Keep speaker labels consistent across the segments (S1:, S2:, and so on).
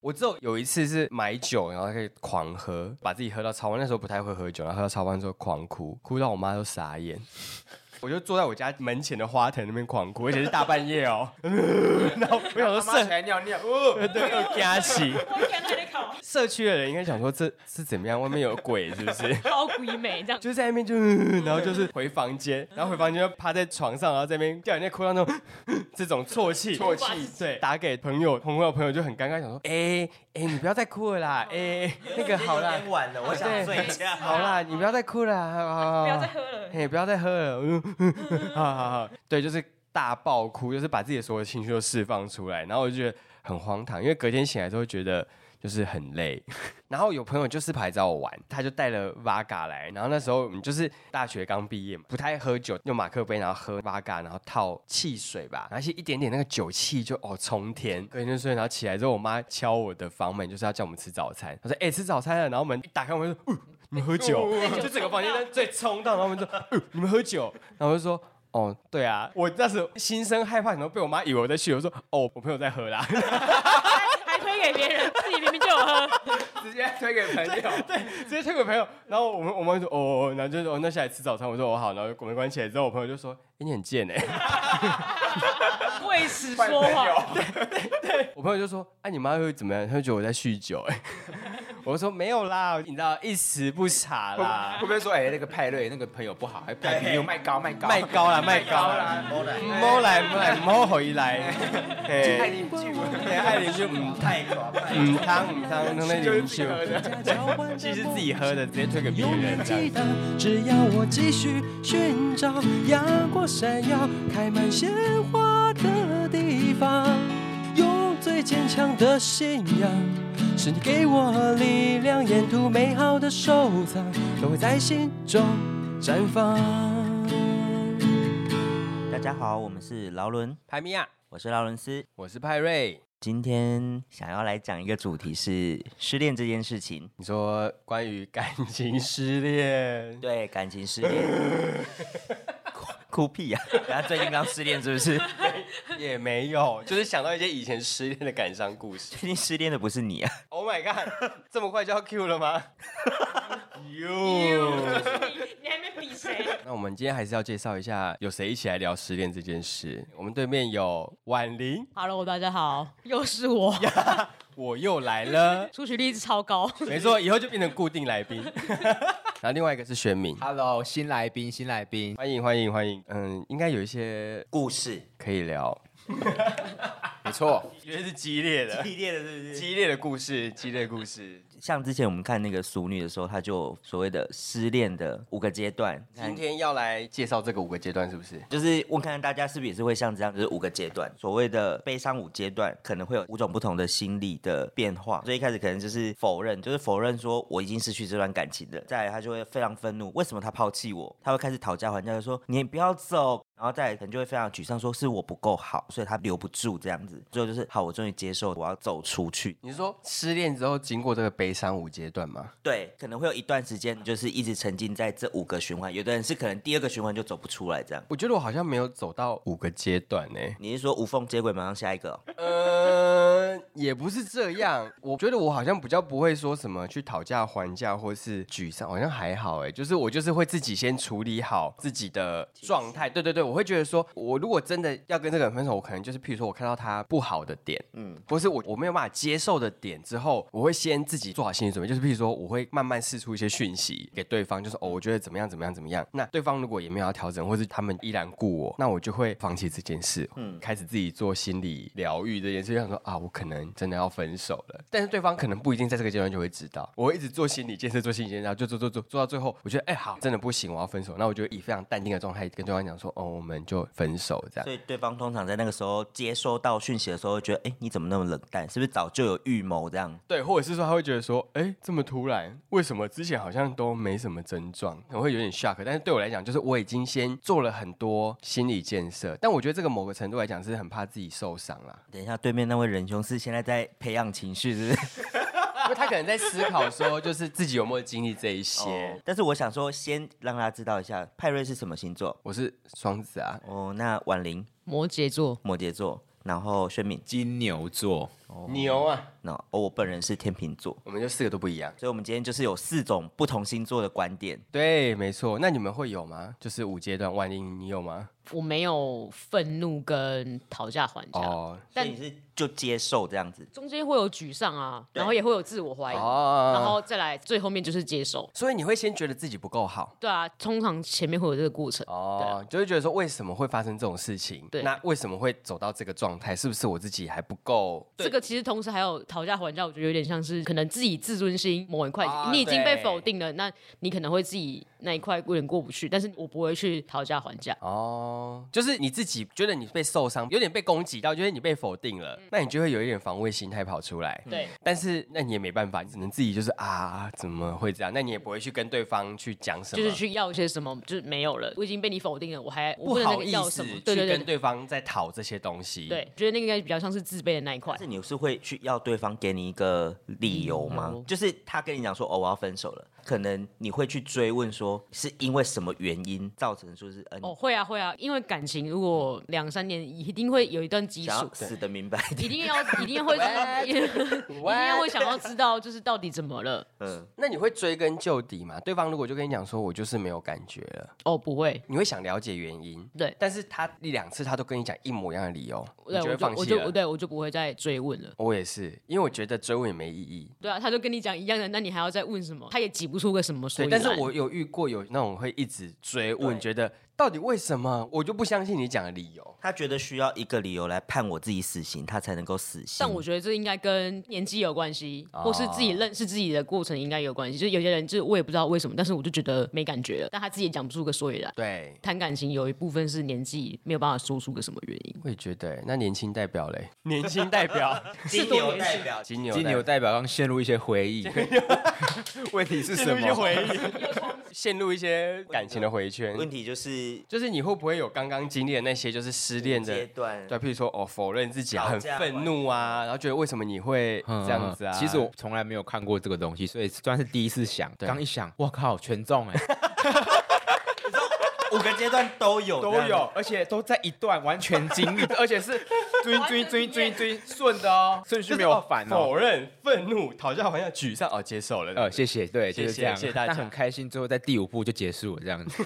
S1: 我只有有一次是买酒，然后可以狂喝，把自己喝到超弯。那时候不太会喝酒，然后喝到超弯之后狂哭，哭到我妈都傻眼。 我就坐在我家门前的花坛那边狂哭，而且是大半夜哦。 然后我想说
S2: 妈妈
S1: 社
S2: 起来尿尿，哦，
S1: 对又加起，
S3: 我天哪，你考
S1: 社区的人应该想说这是怎么样？外面有鬼是不是？
S3: 高鬼美 这样，
S1: 就是在那边就，嗯然后就是回房间，然后回房间就趴在床上，然后在那边掉眼泪哭到那种 这种啜泣，
S2: 啜泣
S1: 对，打给朋友，朋友朋友就很尴尬，想说，哎、哎、你不要再哭了啦，哎、那个好啦
S4: 有，点晚了，我想睡一下。
S1: 好啦，你不要再哭了，好好好好，
S3: 不要再喝了。
S1: 嘿，不要再喝了， 嗯嗯嗯好好好，对，就是大爆哭，就是把自己的所有情绪都释放出来，然后我就觉得很荒唐，因为隔天醒来之后觉得就是很累， 然后有朋友就是跑来找我玩，他就带了 Vaga 来，然后那时候我们就是大学刚毕业嘛，不太喝酒，用马克杯然后喝 Vaga，然后套汽水吧，然后是一点点那个酒气就哦冲天，隔天就睡，然后起来之后我妈敲我的房门，就是要叫我们吃早餐，她说哎、吃早餐了，然后门一打开我们就。呃你们喝酒，就整个房间在最冲荡，然后我们就呃你们喝酒，然后我就说。哦，对啊，我那时候心生害怕，然后被我妈以为我在酗酒，我说哦，我朋友在喝啦，
S3: 还推给别人，自己明明就有喝，
S2: 直接推给朋友。
S1: 直接推给朋友。然后我们我妈就说哦，哦然后就说哦，那下来吃早餐，我说哦好，然后我们关起来之后，我朋友就说，哎，你很贱哎、
S3: 为此说谎。
S1: 我朋友就说，哎、你妈会怎么样？她会觉得我在酗酒哎、 我就说没有啦，你知道一时不傻
S2: 会不
S1: 啦
S2: 会，不会说，哎，那个派瑞那个朋友不好，还派朋友卖高卖高
S1: 卖高啦，卖高 啦，哎
S4: 好啦，
S1: 摸来摸来摸回来，
S2: 派
S1: 嘿，
S2: 你去，
S1: 嘿爱邻居嗯
S4: 太垮派。
S1: 嗯汤嗯汤，那那邻居。
S5: 其
S1: 其
S5: 实
S1: 实
S5: 自
S1: 自
S5: 己
S1: 己
S5: 喝
S1: 喝的，
S5: 的
S1: 直接推给别
S5: 永远
S1: 人这
S5: 记
S1: 样。
S5: 得，只要我继续寻找，阳光闪耀，开满鲜花的地方，用最坚强的信仰，是你给我力量，沿途美好的收藏，都会在心中绽放。
S4: 大家好，我们是劳伦，
S1: 派米亚，
S4: 我是劳伦斯。
S1: 我是派瑞。
S4: 今天想要来讲一个主题是失恋这件事情，
S1: 你说关于感情失恋，
S4: 对感情失恋， 哭哭屁呀、啊！然后最近刚失恋是不是？
S1: 也没有，就是想到一些以前失恋的感伤故事。
S4: 最近失恋的不是你啊，
S1: Oh my god，这 么快就要 Q 了吗
S3: You，
S1: ？You。
S3: 就是你，你还没比谁？
S1: 那我们今天还是要介绍一下有谁一起来聊失恋这件事。我们对面有婉玲，
S3: Hello，大家好，又是 我，
S1: 我又来 了，
S3: 出席率一直超高。
S1: 没错，以后就变成固定来宾。 然后另外一个是玄敏，
S2: Hello，新来宾，新来宾，
S1: 欢迎欢迎欢迎。嗯，应该有一些
S4: 故事
S1: 可以聊，
S2: 没错，
S1: 绝对是激烈的，
S4: 系列的是不是？
S1: 激烈的故事，激烈的故事。
S4: 像之前我们看那个《熟女》的时候，她就所谓的失恋的五个阶段，
S1: 今天要来介绍这个五个阶段，是不是？
S4: 就是问看看大家是不是也是会像这样，就是五个阶段，所谓的悲伤五阶段，可能会有五种不同的心理的变化。所以一开始可能就是否认，就是否认说我已经失去这段感情了。再来，他就会非常愤怒，为什么他抛弃我？他会开始讨价还价，就说你不要走。然后再来可能就会非常沮丧，说是我不够好，所以他留不住这样子。最后就是好，我终于接受，我要走出去。
S1: 你是说失恋之后经过这个悲伤五阶段吗？
S4: 对，可能会有一段时间就是一直沉浸在这五个循环，有的人是可能第二个循环就走不出来这样。
S1: 我觉得我好像没有走到五个阶段呢、
S4: 你是说无缝接轨，马上下一个哦、
S1: 呃，也不是这样，我觉得我好像比较不会说什么去讨价还价或是沮丧，好像还好哎，就是我就是会自己先处理好自己的状态。对对对，我会觉得说，我如果真的要跟这个人分手，我可能就是譬如说我看到他不好的点，嗯，或是我我没有办法接受的点之后，我会先自己做好心理准备，就是譬如说我会慢慢试出一些讯息给对方，就是哦，我觉得怎么样怎么样怎么样。那对方如果也没有要调整，或是他们依然顾我，那我就会放弃这件事，嗯，开始自己做心理疗愈这件事，就想说啊，我可能真的要分手了。但是对方可能不一定在这个阶段就会知道，我会一直做心理建设，做心理建设，然后就做做做做到最后，我觉得哎、好，真的不行，我要分手。那我就以非常淡定的状态跟对方讲说，哦，我们就分手这样
S4: 所。以对方通常在那个时候接收到讯息的时候，会觉得，哎、你怎么那么冷淡？是不是早就有预谋这样？
S1: 对，或者是说他会觉得说，哎，这么突然，为什么之前好像都没什么症状？我会有点 shock。但是对我来讲，就是我已经先做了很多心理建设，但我觉得这个某个程度来讲是很怕自己受伤啦，
S4: 等一下，对面那位仁兄是现在在培养情绪，是不是？
S1: 因为他可能在思考说，就是自己有没有经历这一些。
S3: 哦
S4: 但是我想说，先让大家知道一下，派瑞是什么星座？
S1: 我是双子啊，
S4: 哦，那婉玲
S3: 摩羯座，
S4: 摩羯座，然后宣敏
S2: 金牛座，
S1: 牛啊！
S4: 那、哦、我本人是天秤座，
S1: 我们就四个都不一样。
S4: 所以我们今天就是有四种不同星座的观点。
S1: 对，没错。那你们会有吗？就是五阶段，万一你有吗？
S3: 我没有愤怒跟讨价还价，
S1: 哦
S4: 但
S3: 但
S4: 你是就接受这样子，
S3: 中间会有沮丧啊，
S4: 对
S3: 然后也会有自我怀疑，哎然
S1: 哦，
S3: 后再来最后面就是接受。
S1: 所以你会先觉得自己不够好。
S3: 对啊，通常前面会有这个过程。
S1: 哦，就会觉得说为什么会发生这种事情？
S3: 啊对
S1: 那为什么会走到这个状态？是不是我自己还不够？
S3: 这个其实同时还有讨价还价，我觉得有点像是可能自己自尊心某一块，
S1: 啊
S3: 你已经被
S1: 对
S3: 否定了，那你可能会自己那一块有点过不去，但是我不会去讨价还价。
S1: 哦，就是你自己觉得你被受伤，有点被攻击到，就是你被否定了，那你就会有一点防卫心态跑出来。
S3: 嗯对，
S1: 但是那你也没办法，你只能自己就是啊，怎么会这样？那你也不会去跟对方去讲什么，
S3: 就是去要些什么，就是没有了，我已经被你否定了，我还我
S1: 不
S3: 不能那
S1: 好
S3: 个
S1: 意
S3: 要
S1: 思
S3: 什么，对
S1: 去
S3: 对
S1: 跟
S3: 对
S1: 对方在讨这些东西。
S3: 对，觉得那个应该比较像是自卑的那一块
S4: 但是。你是会去要对方给你一个理由吗？
S3: 嗯理由
S4: 就是他跟你讲说哦我要分手了，可能你会去追问说是因为什么原因造成，说是嗯、
S3: 哦，会啊会啊，因为感情如果两三年一定会有一段基
S4: 想
S3: 础
S4: 要，死的明白一
S3: 一
S4: 点，
S3: 定要 一定会 一定要会想要知道就是到底怎么了。
S4: 嗯，
S1: 那你会追根究底吗？对方如果就跟你讲说我就是没有感觉了，
S3: 哦，不会，
S1: 你会想了解原因。
S3: 对
S1: 但是他一两次他都跟你讲一模一样的理由，你就
S3: 对，我
S1: 会
S3: 就
S1: 放
S3: 我
S1: 弃
S3: 就
S1: 了。
S3: 对我就不会再追问了。
S1: 我也是，因为我觉得追问也没意义。
S3: 对啊，他就跟你讲一样的，那你还要再问什么？他也挤不出个什么所
S1: 对，
S3: 以
S1: 但是
S3: 来
S1: 我有遇过有那种会一直追问，
S4: 对
S1: 觉得到底为什么，我就不相信你讲的理由。
S4: 他觉得需要一个理由来判我自己死刑，他才能够死刑。
S3: 但我觉得这应该跟年纪有关系，或是
S1: 哦
S3: 自己认识自己的过程应该有关系。就是有些人，就是我也不知道为什么，但是我就觉得没感觉了，但他自己也讲不出个所以然。
S1: 对，
S3: 谈感情有一部分是年纪没有办法说出个什么原 因。
S1: 我也觉得欸。那年轻代表嘞？年轻代表，
S4: 金牛代表
S1: 金牛，
S2: 金牛代表刚陷入一些回忆，问题是什么？
S1: 忆，陷入一些感情的回圈。
S4: 问题就是
S1: 就是你会不会有刚刚经历的那些，就是失恋的
S4: 阶段
S1: 对，譬如说哦，否认自己啊，
S4: 吵
S1: 很
S4: 架
S1: 愤怒啊，然后觉得为什么你会这样子啊？
S2: 嗯其实我从来没有看过这个东西，所以算是第一次想。
S1: 对
S2: 刚一想，我靠，全中哎、
S4: 五个阶段都有，
S2: 都有，，而且都在一段完全经历，而且是追追追追追顺的哦，顺序
S1: 就
S2: 没有反
S1: 否
S2: 哦。
S1: 认、愤怒、讨价还价、沮丧哦，接受了。
S2: 呃，谢谢，对，
S1: 谢
S2: 就是这样，
S1: 谢谢大家
S2: 但很开心，最后在第五步就结束了这样子。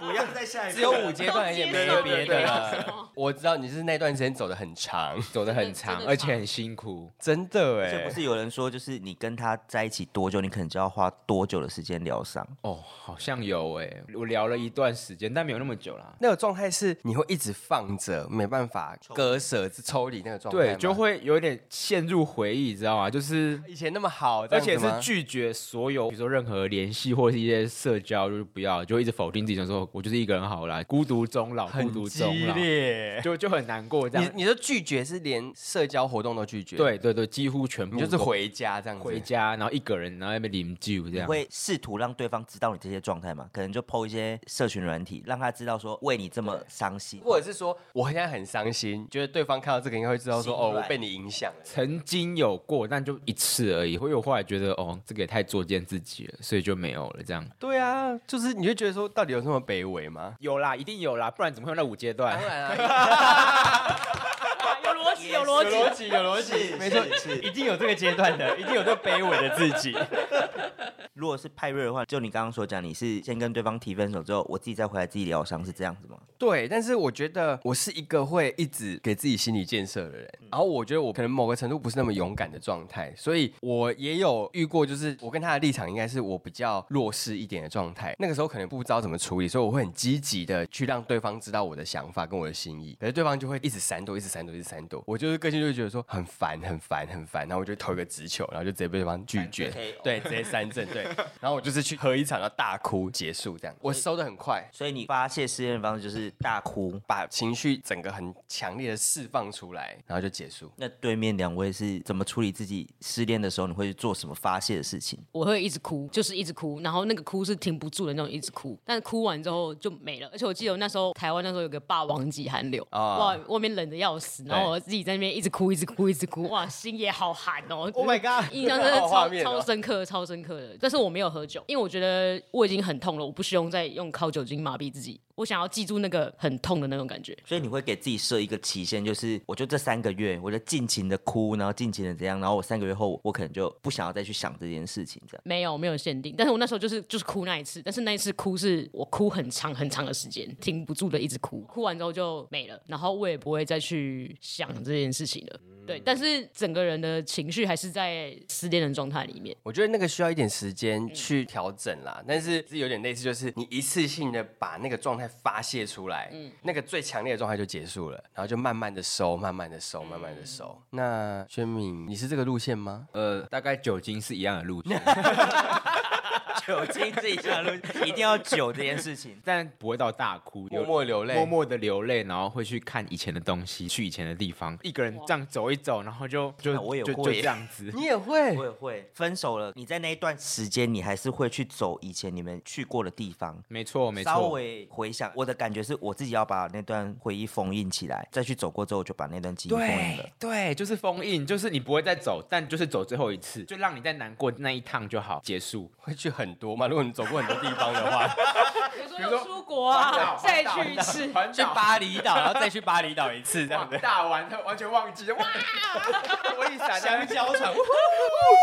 S4: 不要再下一步
S1: 只有五阶段，也没 有别的
S3: 都接受
S1: 了。我知道你是那段时间走的很 长，
S2: 走得很
S3: 真
S2: 长，
S3: 的
S2: 而且很辛苦。
S1: 真的
S4: 而且
S1: 哎
S4: 不。是有人说，就是你跟他在一起多久，你可能就要花多久的时间疗伤。
S2: 哦，好像有哎、我聊了一段时间，但没有那么久啦。
S1: 那个状态是你会一直放着，没办法割舍、抽离那个状态吗。
S2: 对，就会有点陷入回忆，知道吗？就是。
S1: 以前那么好，
S2: 而且是
S1: 剧
S2: 拒绝所有，比如说任何联系或是一些社交，就是不要，就一直否定自己，想说我就是一个人好啦，孤独终老，孤独终老，
S1: 烈。
S2: 就就很难过这
S1: 你
S2: 样。
S1: 你的拒绝是连社交活动都拒绝，，
S2: 对对对，几乎全部
S1: 你就是
S2: 都
S1: 回家这样子。
S2: 回家，然后一个人，然后在那边饮酒这
S4: 你
S2: 样。
S4: 会试图让对方知道你这些状态吗？可能就 PO 一些社群软体，让他知道说为你这么伤心，
S1: 或者是说我现在很伤心，觉得对方看到这个应该会知道说
S4: 心
S1: 哦，
S4: 软
S1: 我被你影响了。
S2: 曾经有过，但就一次而已。因为我后来觉得，哦，这个也太作践自己了，所以就没有了。这样
S1: 对啊，就是你会觉得说，到底有这么卑微吗？
S2: 有啦，一定有啦，不然怎么会有那五阶段？
S1: 然啊，
S3: 有逻辑，有
S1: 有
S3: 逻
S1: 逻
S3: 辑。
S1: 辑，有逻辑，
S4: 是
S1: 没错
S4: 是，是
S1: 一定有这个阶段的，一定有这卑微的自己。
S4: 如果是派瑞的话，就你刚刚所讲，你是先跟对方提分手之后，我自己再回来自己疗伤，是这样子吗？
S1: 对，但是我觉得我是一个会一直给自己心理建设的人，然后我觉得我可能某个程度不是那么勇敢的状态，所以我也有遇过，就是我跟他的立场应该是我比较弱势一点的状态，那个时候可能不知道怎么处理，所以我会很积极的去让对方知道我的想法跟我的心意，可是对方就会一直闪躲，一直闪躲，一直闪躲，我就是个性就会觉得说很烦，很烦，很烦，然后我就投一个直球，然后就直接被对方拒绝，对，直接三振，对，然后我就是去喝一场，然后大哭结束这样，我收的很快。
S4: 所以你发泄失恋的方式就是大哭。
S1: 把情绪整个很强烈的释放出来，然后就结束。
S4: 那对面两位是怎么处理自己失恋的时候？你会做什么发泄的事情？
S3: 我会一直哭，就是一直哭，然后那个哭是停不住的那种，一直哭。但哭完之后就没了。而且我记得我那时候台湾那时候有个霸王级寒流，
S1: 啊
S3: 哇，外面冷的要死，然后我自己在那边一直哭，一直哭，一直哭，哇，心也好寒哦。
S1: Oh my god！
S3: 印象真的
S1: 好画
S3: 超
S1: 面哦
S3: 超深刻，超深刻的。但是我没有喝酒，因为我觉得我已经很痛了，我不需要再用靠酒精麻痹自己。我想要记住那个很痛的那种感觉。
S4: 所以你会给自己设一个期限，就是我就这三个月，我就尽情的哭，然后尽情的怎样，然后我三个月后，我可能就不想要再去想这件事情，这样。
S3: 没有没有限定，但是我那时候就是就是哭那一次，但是那一次哭是我哭很长很长的时间，停不住的一直哭，哭完之后就没了，然后我也不会再去想这件事情了。对，但是整个人的情绪还是在失恋的状态里面。
S1: 我觉得那个需要一点时间
S3: 嗯
S1: 去调整啦，但是是有点类似，就是你一次性的把那个状态发泄出来，
S3: 嗯
S1: 那个最强烈的状态就结束了，然后就慢慢的收，慢慢的收，慢慢的收。
S3: 嗯
S1: 那宣敏，你是这个路线吗？
S2: 呃，大概酒精是一样的路 线，
S4: 酒精这一条路一定要酒这件事情。
S2: 但不会到大哭，
S1: 默
S2: 有
S1: 默流泪，
S2: 默默的流泪，然后会去看以前的东西，去以前的地方，一个人这样走一走，然后就就
S4: 啊我有
S2: 就
S4: 过
S2: 就
S4: 耶
S2: 这样子。
S1: 你也会
S4: 我也会分手了，你在那一段时间，你还是会去走以前你们去过的地方，
S2: 没错，没
S4: 稍
S2: 错，
S4: 微回想。我的感觉是我自己要把那段回忆封印起来，再去走过之后，我就把那段记忆封印了。
S2: 对，就是封印，就是你不会再走，但就是走最后一次，就让你再难过那一趟就好，结束。
S1: 会去很多嘛？如果你走过很多地方的 话，
S3: 比如
S2: 要
S3: 出 国啊，再去一次。
S2: 环
S1: 去
S2: 岛，
S1: 巴厘岛，然后再去巴厘岛一次这样子
S2: 哇。大完他完全忘记，哇， 我一闪香蕉船，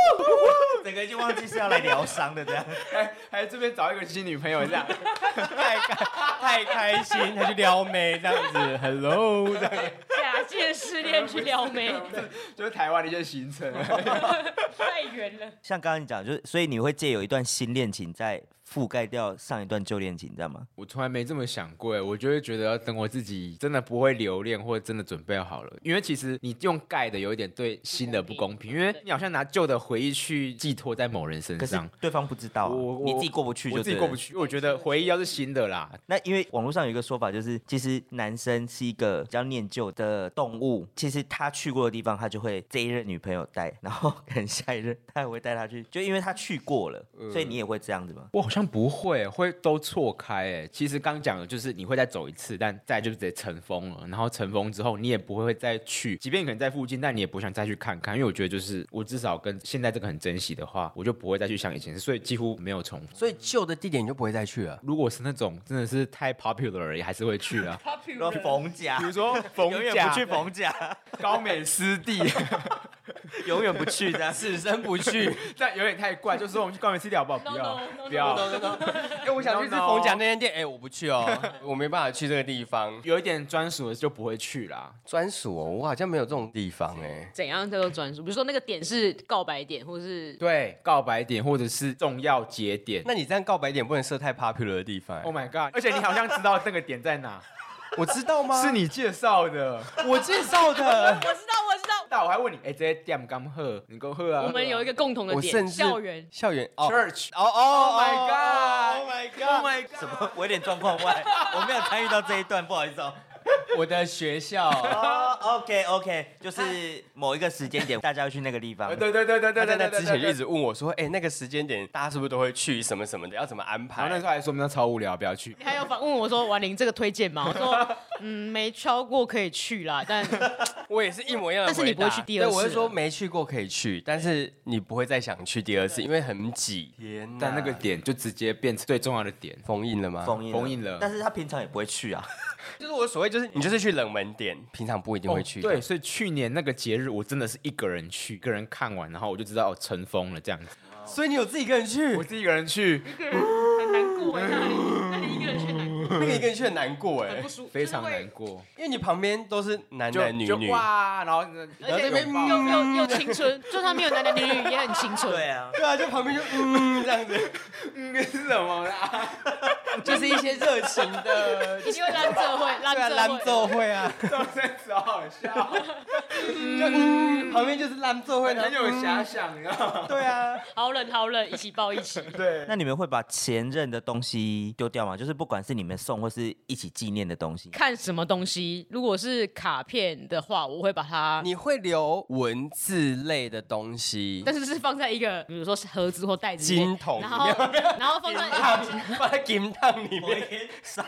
S4: 整个就忘记是要来疗伤的这样。
S2: 还还这边找一个新女朋友这样，
S1: 太开太开心，他去撩妹这样子，Hello，这 样
S3: 假借失恋去撩
S2: 哎
S3: 妹，
S2: 就是台湾的一些行程。
S3: 太远了。
S4: 像刚刚你讲，就是所以你会借有一段新恋情，再覆盖掉上一段旧恋情，你知道吗？
S2: 我从来没这么想过欸耶，我就会觉得要等我自己真的不会留恋，或者真的准备好了，因为其实你用盖的有一点对新的不公平，因为你好像拿旧的回忆去寄托在某人身
S4: 可是
S2: 上。
S4: 对方不知道啊、
S2: 我我
S4: 你自己过不去就
S2: 我自己
S4: 对
S2: 过
S4: 了
S2: 不去，我觉得回忆要是新的啦，
S4: 那因为网络上有一个说法，就是其实男生是一个比较念旧的动物，其实他去过的地方，他就会这一任女朋友带，然后可能下一任他也会带他去，就因为他去过了，
S2: 呃
S4: 所以你也会这样子吗？
S2: 我好像不会，会都错开诶。其实刚讲的就是你会再走一次，但再就直接尘封了。然后尘封之后，你也不会再去，即便你可能在附近，但你也不想再去看看，因为我觉得就是我至少跟现在这个很珍惜的话，我就不会再去想以前，所以几乎没有重复。
S1: 所以旧的地点你就不会再去了。
S2: 如果是那种真的是太 popular 了，也还是会去 啊。
S4: 然后逢甲
S2: 比如说逢
S4: 永远
S2: 甲、
S4: 不去 逢甲，
S2: 高美湿地，
S4: 永远不 去的。
S1: 此生不 去，
S2: 但有点太怪，就说我们去高美湿地好不好？不
S3: No,
S2: 要
S3: no, no, no,
S2: 不要。
S1: 哎、我想去吃逢甲那间店，哎、我不去哦， 我没办法去这个地方。
S2: 有一点专属的就不会去啦，
S1: 专属哦，我好像没有这种地方哎、
S3: 怎样叫做专属？比如说那个点是告白点，或是
S2: 对，啊告白点或者是重要节点。
S1: 那你这样告白点不能设太 popular 的地方、哎
S2: Oh my god！而且你好像知道这个点在哪，
S1: 我知道吗？
S2: 是你介绍的。
S1: 我介绍的。
S3: 我知道，我知道，
S2: 但我还问你，哎、这些店刚喝，你够喝啊？
S3: 我们有一个共同的
S1: 我甚
S3: 点，
S1: 至
S3: 校园。
S1: 校园哦
S2: church。
S1: 哦哦
S2: Oh my god！
S1: my
S2: Oh my god！
S4: 什么？我有点状况外，我没有参与到这一段，不好意思哦。
S1: 我的学校
S4: 哦、o k OK，就是某一个时间点，大家要去那个地方
S2: 呃。对对对对
S1: 他
S2: 对
S1: 在
S2: 对
S1: 那
S2: 对，
S1: 之前就一
S2: 对。
S1: 直问我说，哎、那个时间点大家是不是都会去什么什么的，要怎么安
S2: 然后那
S1: 排
S2: 时？候还说我们超无聊，不要去。
S3: 你还有反问我说：“婉玲这个推荐吗？”我说：“嗯，没敲过可以去啦，但
S1: 我也是一模一样的回答。
S3: 但是你不会去第二次
S1: 对，我是说没去过可以去，但是你不会再想去第二次，因为很挤。天
S2: 但那个点就直接变成最重要的点。
S1: 封印了吗？
S4: 封印
S2: 封印了
S4: 但是他平常也不会去啊。
S1: 就是我所谓，就是你就是去冷门点，平常不一定会去、
S2: 哦对，，所以去年那个节日，我真的是一个人去，一个人看完，然后我就知道哦，尘封了这样子。
S1: 所以你有自己一个人去
S2: 我，自己一个人去，
S3: 一个人很难过哎，那你那你一个人去难过，
S1: 那个一个人去很难过哎
S3: 不，舒服，
S2: 非常
S3: 就是会
S2: 难过，
S1: 因为你旁边都是男
S2: 就
S1: 男女
S2: 就
S1: 女，
S2: 哇，然后
S3: 而且
S1: 然后这边
S3: 又又又青春，就算没有男男女女也很青春。
S4: 对啊，
S1: 对啊，就旁边就嗯这样子，
S2: 那嗯是什么啊啦？
S1: 就是一些热情的，
S3: 一定会拉这会，拉
S1: 对啊，
S3: 这
S1: 兰
S3: 会。
S1: 奏会啊，
S2: 这真是好笑，
S1: 就嗯，旁边就是兰奏会，然后
S2: 很有遐
S1: 嗯
S2: 想，你知道吗？
S1: 对啊，
S3: 好冷好冷，一起抱一起。
S2: 对。
S4: 那你们会把前任的东西丢掉吗？就是不管是你们送或是一起纪念的东 西。
S3: 看什么东西，如果是卡片的话，我会把它，
S1: 你会留文字类的东西，
S3: 但是是放在一个，比如说是盒子或袋子里
S1: 金
S3: 面，
S1: 桶里
S3: 然后
S1: 面，
S3: 然后放在
S1: 烫放在金烫里面。
S4: 少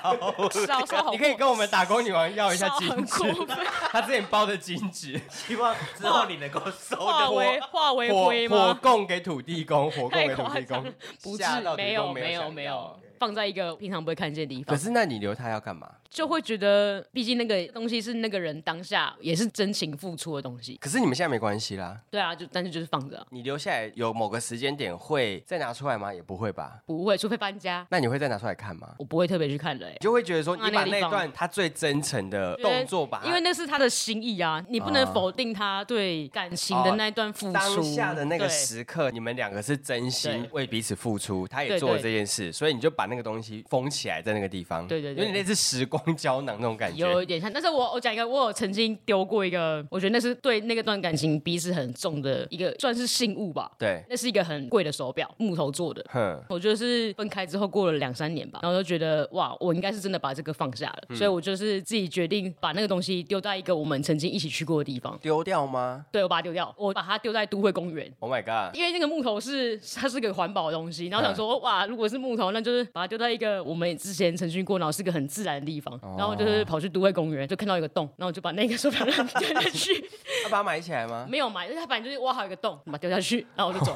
S3: 烧 烧好，
S1: 你可以跟我们打工女王要一下
S3: 烧
S1: 金
S3: 很
S1: 纸，
S3: 过分，
S1: 她之前包的金纸，
S4: 希望之后你能够收
S3: 化
S4: 我
S3: 为化为
S1: 火
S3: 灰
S1: 火
S3: 吗？
S1: 供给土地 公，火供
S3: 太
S1: 给土
S3: 夸
S1: 地
S3: 张
S1: 公
S3: 了，，不
S1: 吓到土地
S3: 是，没有
S1: 公
S3: 没
S1: 有
S3: 有没有，放在一个平常不会看见的地
S1: 可
S3: 方，
S1: 是那你留它要干嘛？
S3: 就会觉得，毕竟那个东西是那个人当下也是真情付出的东西，
S1: 可是你们现在没关系啦，
S3: 对啊，就但是就是放着啊、
S1: 你留下来有某个时间点会再拿出来吗？也不会吧。
S3: 不会，除非搬家，
S1: 那你会再拿出来看吗？
S3: 我不会特别去看的、欸
S1: 你。就会觉得说，
S3: 放在
S1: 你把
S3: 那个
S1: 那
S3: 地方
S1: 段他最真诚的
S3: 觉得
S1: 动作把它，
S3: 因为那是他的心意啊，你不能
S1: 啊
S3: 否定他对感情的那一段付出。
S1: 哦当下的那个
S3: 对
S1: 时刻，你们两个是真心
S3: 对
S1: 为彼此付出，他也
S3: 对
S1: 做了
S3: 对
S1: 这件事，所以你就把那个东西封起来在那个地方，
S3: 对对
S1: 有
S3: 对
S1: 点类似时光胶囊那种感觉。
S3: 有一点像，但是我我讲一个，我有曾经丢过一个，我觉得那是对那个段感情彼此很重的一个，算是信物吧。
S1: 对，
S3: 那是一个很贵的手表，木头做的。
S1: 哼，
S3: 我就是分开之后过了两三年吧，然后就觉得哇，我应该是真的把这个放下了，
S1: 嗯
S3: 所以我就是自己决定把那个东西丢在一个我们曾经一起去过的地方。
S1: 丢掉吗
S3: 对，我把它丢掉，我把它丢在都会公园。
S1: ？Oh my god！
S3: 因为那个木头是它是个环保的东西，然后想说、哇，如果是木头，那就是把它丢到一个我们之前曾经过，然后是个很自然的地方，
S1: 哦
S3: 然后就是跑去都会公园，就看到一个洞，然后我就把那个手表扔丢下 去，
S1: 要把它埋起来吗？
S3: 没有嘛，就是它反正就是挖好一个洞，把它丢下去，然后我就 走，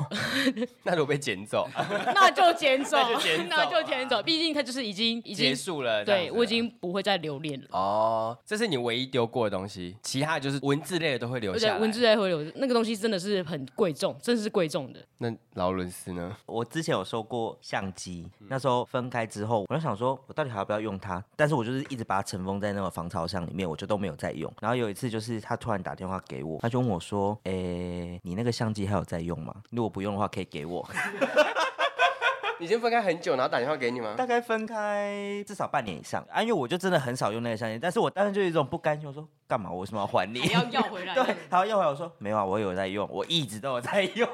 S1: 那如果被捡走，啊
S3: 那就捡走
S1: 那就捡走，
S3: 那就捡走，毕竟它就是已经已
S1: 结
S3: 经
S1: 束了。这样
S3: 对
S1: 子
S3: 我已经不会再留恋了。
S1: 哦，这是你唯一丢过的东西，其他的就是文字类的都会留
S3: 而
S1: 下
S3: 且
S1: 来。
S3: 文字在回流，那个东西真的是很贵重，真的是贵重的。
S1: 那劳伦斯呢？
S4: 我之前有收过相机，那时候分开之后，我就想说，我到底还要不要用它？但是我就是一直把它尘封在那个防潮箱里面，我就都没有再用。然后有一次，就是他突然打电话给我，他就问我说：“诶、你那个相机还有在用吗？如果不用的话，可以给我。
S1: 已经分开很久，然后打电话给你吗”？
S4: 大概分开至少半年以上啊，因为我就真的很少用那个相机，但是我当时就有一种不甘心，我说干嘛？我为什么要还你？
S3: 还要要回来，
S4: 对，然后又回来我说没有啊，我有在用，我一直都有在用。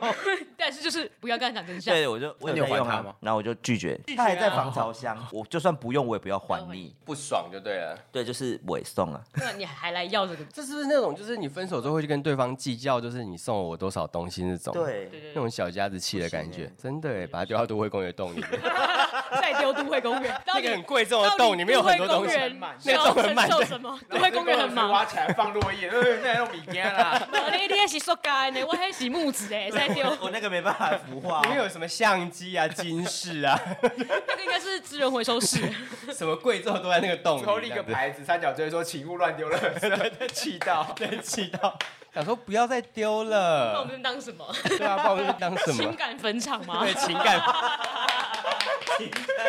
S3: 但是就是啊不要跟他讲真相。
S4: 对，我就我
S2: 那你
S4: 有
S2: 有
S4: 在
S2: 还
S4: 用
S2: 他
S4: 啊
S2: 吗？
S4: 然后我就拒绝，他还在防潮箱，我就算不用，我也不要还
S3: 不要还
S4: 你
S3: 你。
S1: 不爽就对了。
S4: 对，就是尾送啊。
S3: 不然你还来要这个？
S1: 这是不是那种就是你分手之后会去跟对方计较，就是你送了我多少东西那种？，
S3: 对对
S1: 那种小家子气的感觉，真的哎，把它丢到都会公园洞里面，
S3: 再丢都会公园，
S1: 那个很贵重的洞里面有很多东西，那个
S3: 要
S1: 洞很
S3: 承
S1: 满
S3: 受
S1: 的。
S3: 什么？都会公园很忙。
S2: 挖起来放落叶，呃，那用米干啦。
S3: 你你那是塑胶的，我那是木质的，再 丢
S4: 我那个没办法孵化
S1: 里面有什么相机啊、 金饰啊，
S3: 那个应该是资源回 收室。
S1: 呃什么贵重都在那个洞里。
S2: 最后立个
S1: 这样子，
S2: 牌子，三角锥说请勿乱丢垃圾，气到。
S1: 对，气到想说不要再丢
S3: 那我
S1: 了，
S3: 们当什么？
S1: 对啊，不然我们当什
S3: 情
S1: 么？
S3: 感坟场吗
S1: 对，？情感。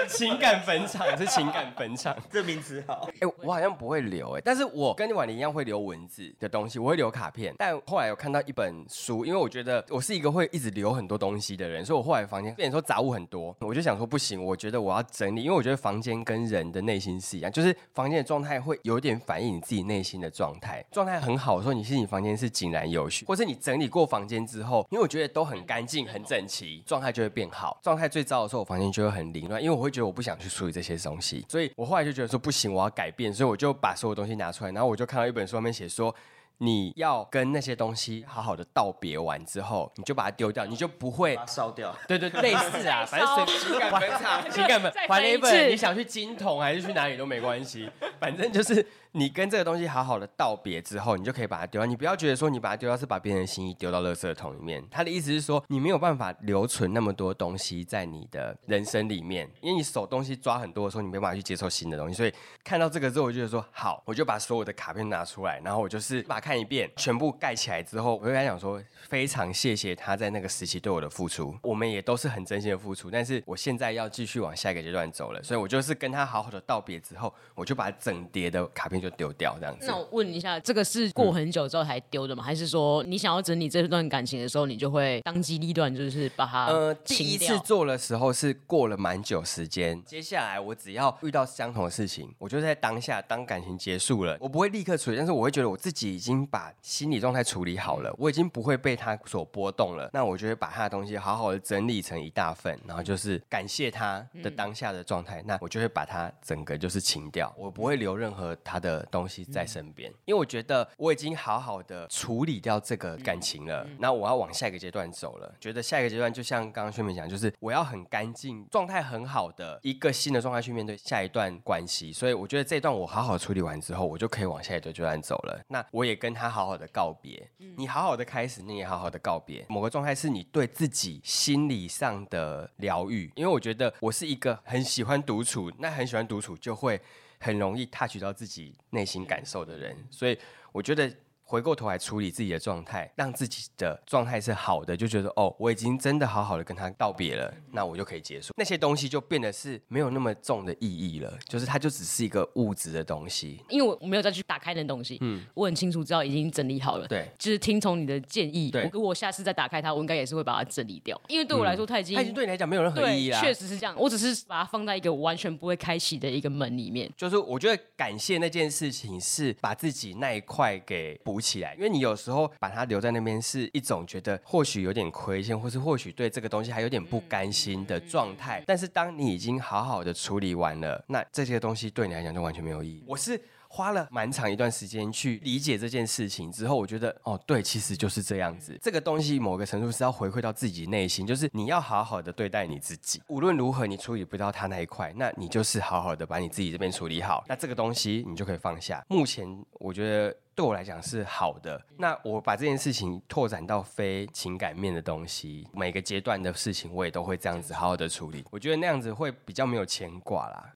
S1: 情感坟场是情感坟场，
S4: 这名词好。
S1: 哎、我好像不会留哎、但是我跟婉玲一样会留文字的东西，我会留卡片。但后来有看到一本书，因为我觉得我是一个会一直留很多东西的人，所以我后来房间变成说杂物很多，我就想说不行，我觉得我要整理，因为我觉得房间跟人的内心是一样，就是房间的状态会有点反映你自己内心的状态。状态很好的时候，你心里房间是井然有序，或是你整理过房间之后，因为我觉得都很干净、很整齐，状态就会变好。状态最糟的时候，我房间就会很凌乱，因为我会觉得我不想去处理这些东西，所以我后来就觉得说不行，我要改变，所以我就把所有东西拿出来，然后我就看到一本书上面写说。你要跟那些东西好好的道别完之后，你就把它丢掉，你就不会
S4: 烧掉，
S1: 对对，类似啊，反正
S3: 再烧
S1: 随情感坟场、情感坟
S3: 再
S1: 还
S3: 翻
S1: 了
S3: 一
S1: 一本，
S3: 次
S1: 你想去金桶还是去哪里都没关系，反正就是你跟这个东西好好的道别之后，你就可以把它丢掉。你不要觉得说你把它丢掉是把别人的心意丢到垃圾桶里面。他的意思是说，你没有办法留存那么多东西在你的人生里面，因为你手东西抓很多的时候，你没办法去接受新的东西。所以看到这个之后，我就觉得说好，我就把所有的卡片拿出来，然后我就是把它看一遍，全部盖起来之后，我就跟他讲说，非常谢谢他在那个时期对我的付出，我们也都是很真心的付出，但是我现在要继续往下一个阶段走了，所以我就是跟他好好的道别之后，我就把整叠的卡片就丢掉，这样子
S3: 那。我问一下，这个是过很久之后才丢的吗？还是说你想要整理这段感情的时候，你就会当机立断，就是把它
S1: 呃，第一
S3: 清
S1: 次
S3: 掉？
S1: 做的时候是过了蛮久时间，接下来我只要遇到相同的事情，我就在当下，当感情结束了，我不会立刻处理，但是我会觉得我自己已经经把心理状态处理好了，
S3: 嗯
S1: 我已经不会被他所波动了，那我就会把他的东西好好的整理成一大份，然后就是感谢他的当下的状
S3: 嗯
S1: 态，那我就会把它整个就是清掉，我不会留任何他的东西
S3: 嗯
S1: 在身边，因为我觉得我已经好好的处理掉这个感情了，那我要往下一个阶段走了，觉得下一个阶段就像刚刚宣明讲，就是我要很干净、状态很好的一个新的状态去面对下一段关系，所以我觉得这一段我好好处理完之后，我就可以往下一段阶段走了。那我也跟他好好的告别，你好好的开始，你也好好的告别。某个状态是你对自己心理上的疗愈，因为我觉得我是一个很喜欢独处，那很喜欢独处就会很容易 touch 到自己内心感受的人，所以我觉得回过头来处理自己的状态，让自己的状态是好的，就觉得哦，我已经真的好好的跟他道别了，那我就可以结束那些东西，就变得是没有那么重的意义了，就是它就只是一个物质的东西。
S3: 因为我没有再去打开那东西，我很清楚知道已经整理好了，
S1: 嗯对
S3: 就是听从你的建议，
S1: 对嗯
S3: 我如果我下次再打开它，我应该也是会把它整理掉，因为对我来说，它已经
S1: 它已经对你来讲没有任何意义
S3: 对，
S1: 啦。
S3: 确实是这样，我只是把它放在一个我完全不会开启的一个门里面，
S1: 就是我觉得感谢那件事情是把自己那一块给补起来，因为你有时候把它留在那边是一种觉得或许有点亏欠，或是或许对这个东西还有点不甘心的状态。但是当你已经好好的处理完了，那这些东西对你来讲就完全没有意义。我是。花了蛮长一段时间去理解这件事情之后，我觉得哦，对，其实就是这样子。这个东西某个程度是要回馈到自己内心，就是你要好好的对待你自己。无论如何，你处理不到他那一块，那你就是好好的把你自己这边处理好，那这个东西你就可以放下。目前我觉得。对我来讲是好的。那我把这件事情拓展到非情感面的东西，每个阶段的事情我也都会这样子好好的处理。我觉得那样子会比较没有牵挂啦。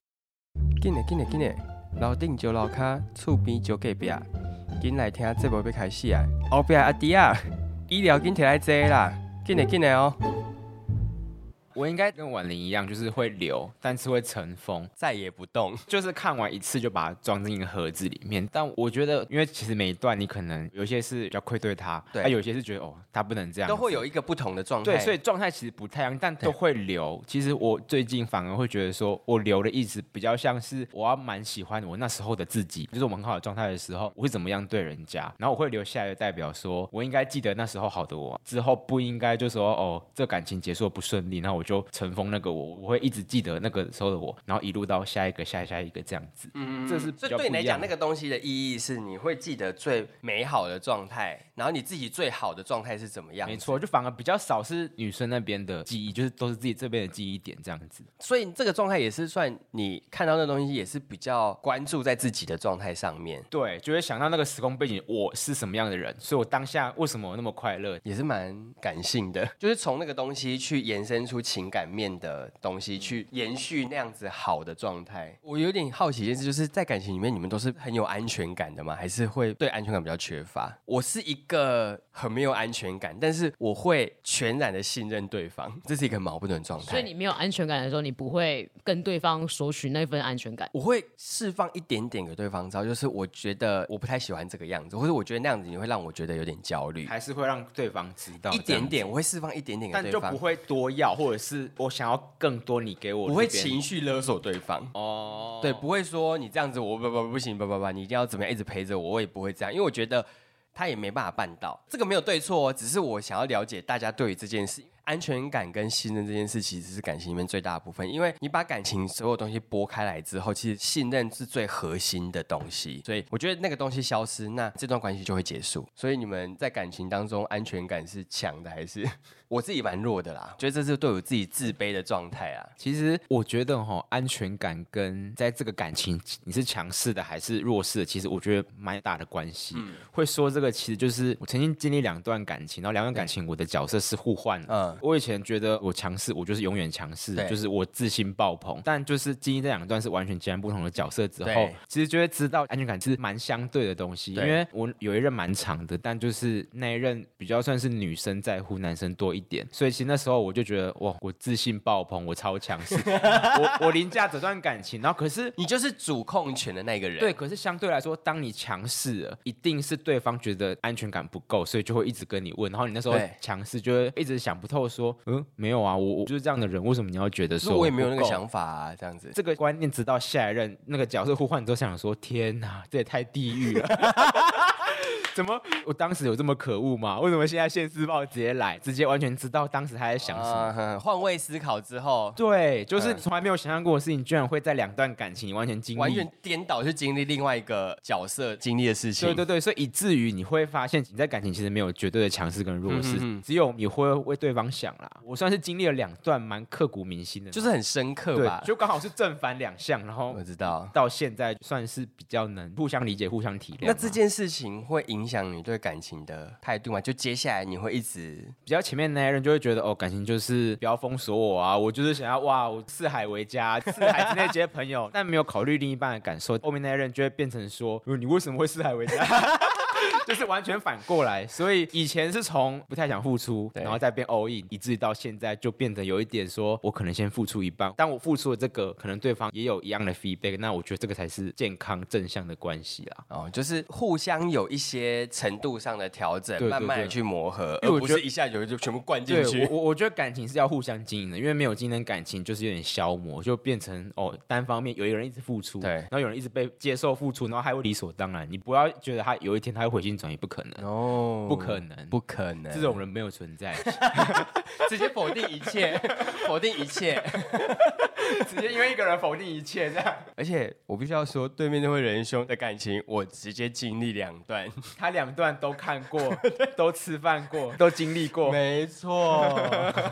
S1: 紧嘞紧嘞紧嘞，楼顶就楼卡，厝边就隔壁，紧来听节目要开始啊！后壁的阿弟啊，医疗紧摕来坐啦，紧嘞紧嘞哦。
S2: 我应该跟婉玲一样，就是会留，但是会尘封。
S1: 再也不动，
S2: 就是看完一次就把它装进一个盒子里面。但我觉得，因为其实每一段你可能有一些是比较愧对他，
S1: 对
S2: 啊有一些是觉得哦他不能这样，
S1: 都会有。一个不同的状态。
S2: 对，所以状态其实不太一样，但都会留。其实我最近反而会觉得说，我留的意思比较像是我要蛮喜欢我那时候的自己，就是我们很好的状态的时候，我会怎么样对人家，然后我会留下来，代表说我应该记得那时候好的我，之后不应该就说哦这感情结束得不顺利，那我就尘封那个我，我会一直记得那个时候的我，然后一路到下一个下下一个这样子。嗯，这是比
S1: 所以
S2: 较不
S1: 对
S2: 一
S1: 你来讲，
S2: 样
S1: 那
S2: 的。
S1: 个东西的意义是你会记得最美好的状态，然后你自己最好的状态是怎么样？
S2: 没错，，就反而比较少是女生那边的记忆，就是都是自己这边的记忆点这样子。
S1: 所以这个状态也是算你看到那东西也是比较关注在自己的状态上面，
S2: 对，就会想到那个时空背景，我是什么样的人，所以我当下为什么那么快乐？
S1: 也是蛮感性的， 就是从那个东西去延伸出情感面的东西，去延续那样子好的状态。我有点好奇一件事，就是在感情里面，你们都是很有安全感的吗？还是会对安全感比较缺乏？我是一个很没有安全感，但是我会全然的信任对方，这是一个很矛盾的状态。
S3: 所以你没有安全感的时候，你不会跟对方索取那份安 全感。
S1: 我会释放一点点给对方知道，就是我觉得我不太喜欢这个样子，或者我觉得那样子你会让我觉得有点焦虑，
S2: 还是会让对方知道
S1: 一点
S2: 这样子，
S1: 点，我会释放一点点给
S2: 但
S1: 对
S2: 就
S1: 方，
S2: 不会多要，或者是我想要更多，你给我
S1: 不会
S2: 这边
S1: 情绪勒索对方。
S2: 哦，
S1: 对，不会说你这样子我不不不不行，不不不，你一定要怎么样，一直陪着我，我也不会这样，因为我觉得他也没办法办到，这个没有对错、哦，只是我想要了解大家对于这件事。安全感跟信任这件事，其实是感情里面最大的部分。因为你把感情所有东西剥开来之后，其实信任是最核心的东西。所以我觉得那个东西消失，那这段关系就会结束。所以你们在感情当中，安全感是强的还是 我自己蛮弱的啦？觉得这是对我自己自卑的状态啊。
S2: 其实我觉得哈、安全感跟在这个感情你是强势的还是弱势的，其实我觉得蛮大的关系。
S1: 嗯
S2: 会说这个其实就是我曾经经历两段感情，然后两段感情我的角色是互换的。
S1: 嗯
S2: 我以前觉得我强势，我就是永远强势
S1: 对，
S2: 就是我自信爆棚。但就是经历这两段是完全截然不同的角色之后
S1: 对，
S2: 其实就会知道安全感是蛮相对的东西。因
S1: 对
S2: 为我有一任蛮长的，但就是那一任比较算是女生在乎男生多一点，所以其实那时候我就觉得哇，我自信爆棚，我超强 势，我我凌驾整段感情。然后可是
S1: 你就是主控权的那个人。
S2: 对，可是相对来说，当你强势了，一定是对方觉得安全感不够，所以就会一直跟你问。然后你那时候
S1: 对
S2: 强势，就会一直想不透，说，嗯，没有啊，我我就是这样的人，为什么你要觉得
S1: 所
S2: 说
S1: 以我也没有那个
S2: 不够
S1: 想法啊，这样子。
S2: 这个观念，直到下一任那个角色互换之后，想说，天哪，这也太地狱了。 怎么我当时有这么可恶吗？为什么现在现世报直接来，直接完全知道当时他在想什么？
S1: 啊哼换位思考之后，
S2: 对，就是
S1: 嗯
S2: 你从来没有想象过的事情，居然会在两段感情里完全经历。
S1: 完全颠倒去经历另外一个角色经历的事情。
S2: 对对对，所以以至于你会发现，你在感情其实没有绝对的强势跟弱
S1: 嗯
S2: 势，
S1: 嗯嗯
S2: 只有你会为对方想啦。我算是经历了两段蛮刻骨铭心的，
S1: 就是很深刻吧
S2: 对，？就刚好是正反两项，然后
S1: 我知道。
S2: 到现在算是比较能互相理解、互相体谅啊。
S1: 那这件事情会影响你对感情的态度吗？就接下来你会一直
S2: 比较前面那些人就会觉得哦，感情就是不要封锁我啊，我就是想要哇，我四海为家， 四海之内皆朋友， 但没有考虑另一半的感受。后面那些人就会变成说，呃你为什么会四海为家？ 就是完全反过来，所以以前是从不太想付出，
S1: 对
S2: 然后再变 all in，以至于到现在就变得有一点说，我可能先付出一半，但我付出的这个，可能对方也有一样的 feedback，那我觉得这个才是健康正向的关系啦。
S1: 哦，就是互相有一些程度上的调整，
S2: 对对
S1: 慢慢的
S2: 对
S1: 去磨合，
S2: 因
S1: 而
S2: 为我
S1: 不
S2: 觉得
S1: 是一下就就全部灌进
S2: 对
S1: 去
S2: 我。我我觉得感情是要互相经营的，因为没有经营的感情就是有点消磨，就变成哦单方面有一个人一直付出，
S1: 对
S2: 然后有人一直被接受付出，然后还会理所当然。你不要觉得他有一天他会回心转意，不可能，
S1: 哦
S2: 不可能，
S1: 不可能，
S2: 这种人没有存在，
S1: 直接否定一 切，否定一切。
S2: 直 接因为一个人否定一切这样。
S1: 而且我必须要说，对面那位仁兄的感情，我直接经历两段。
S2: 他两段都看过，都吃饭过，都经历 过。
S1: 没错，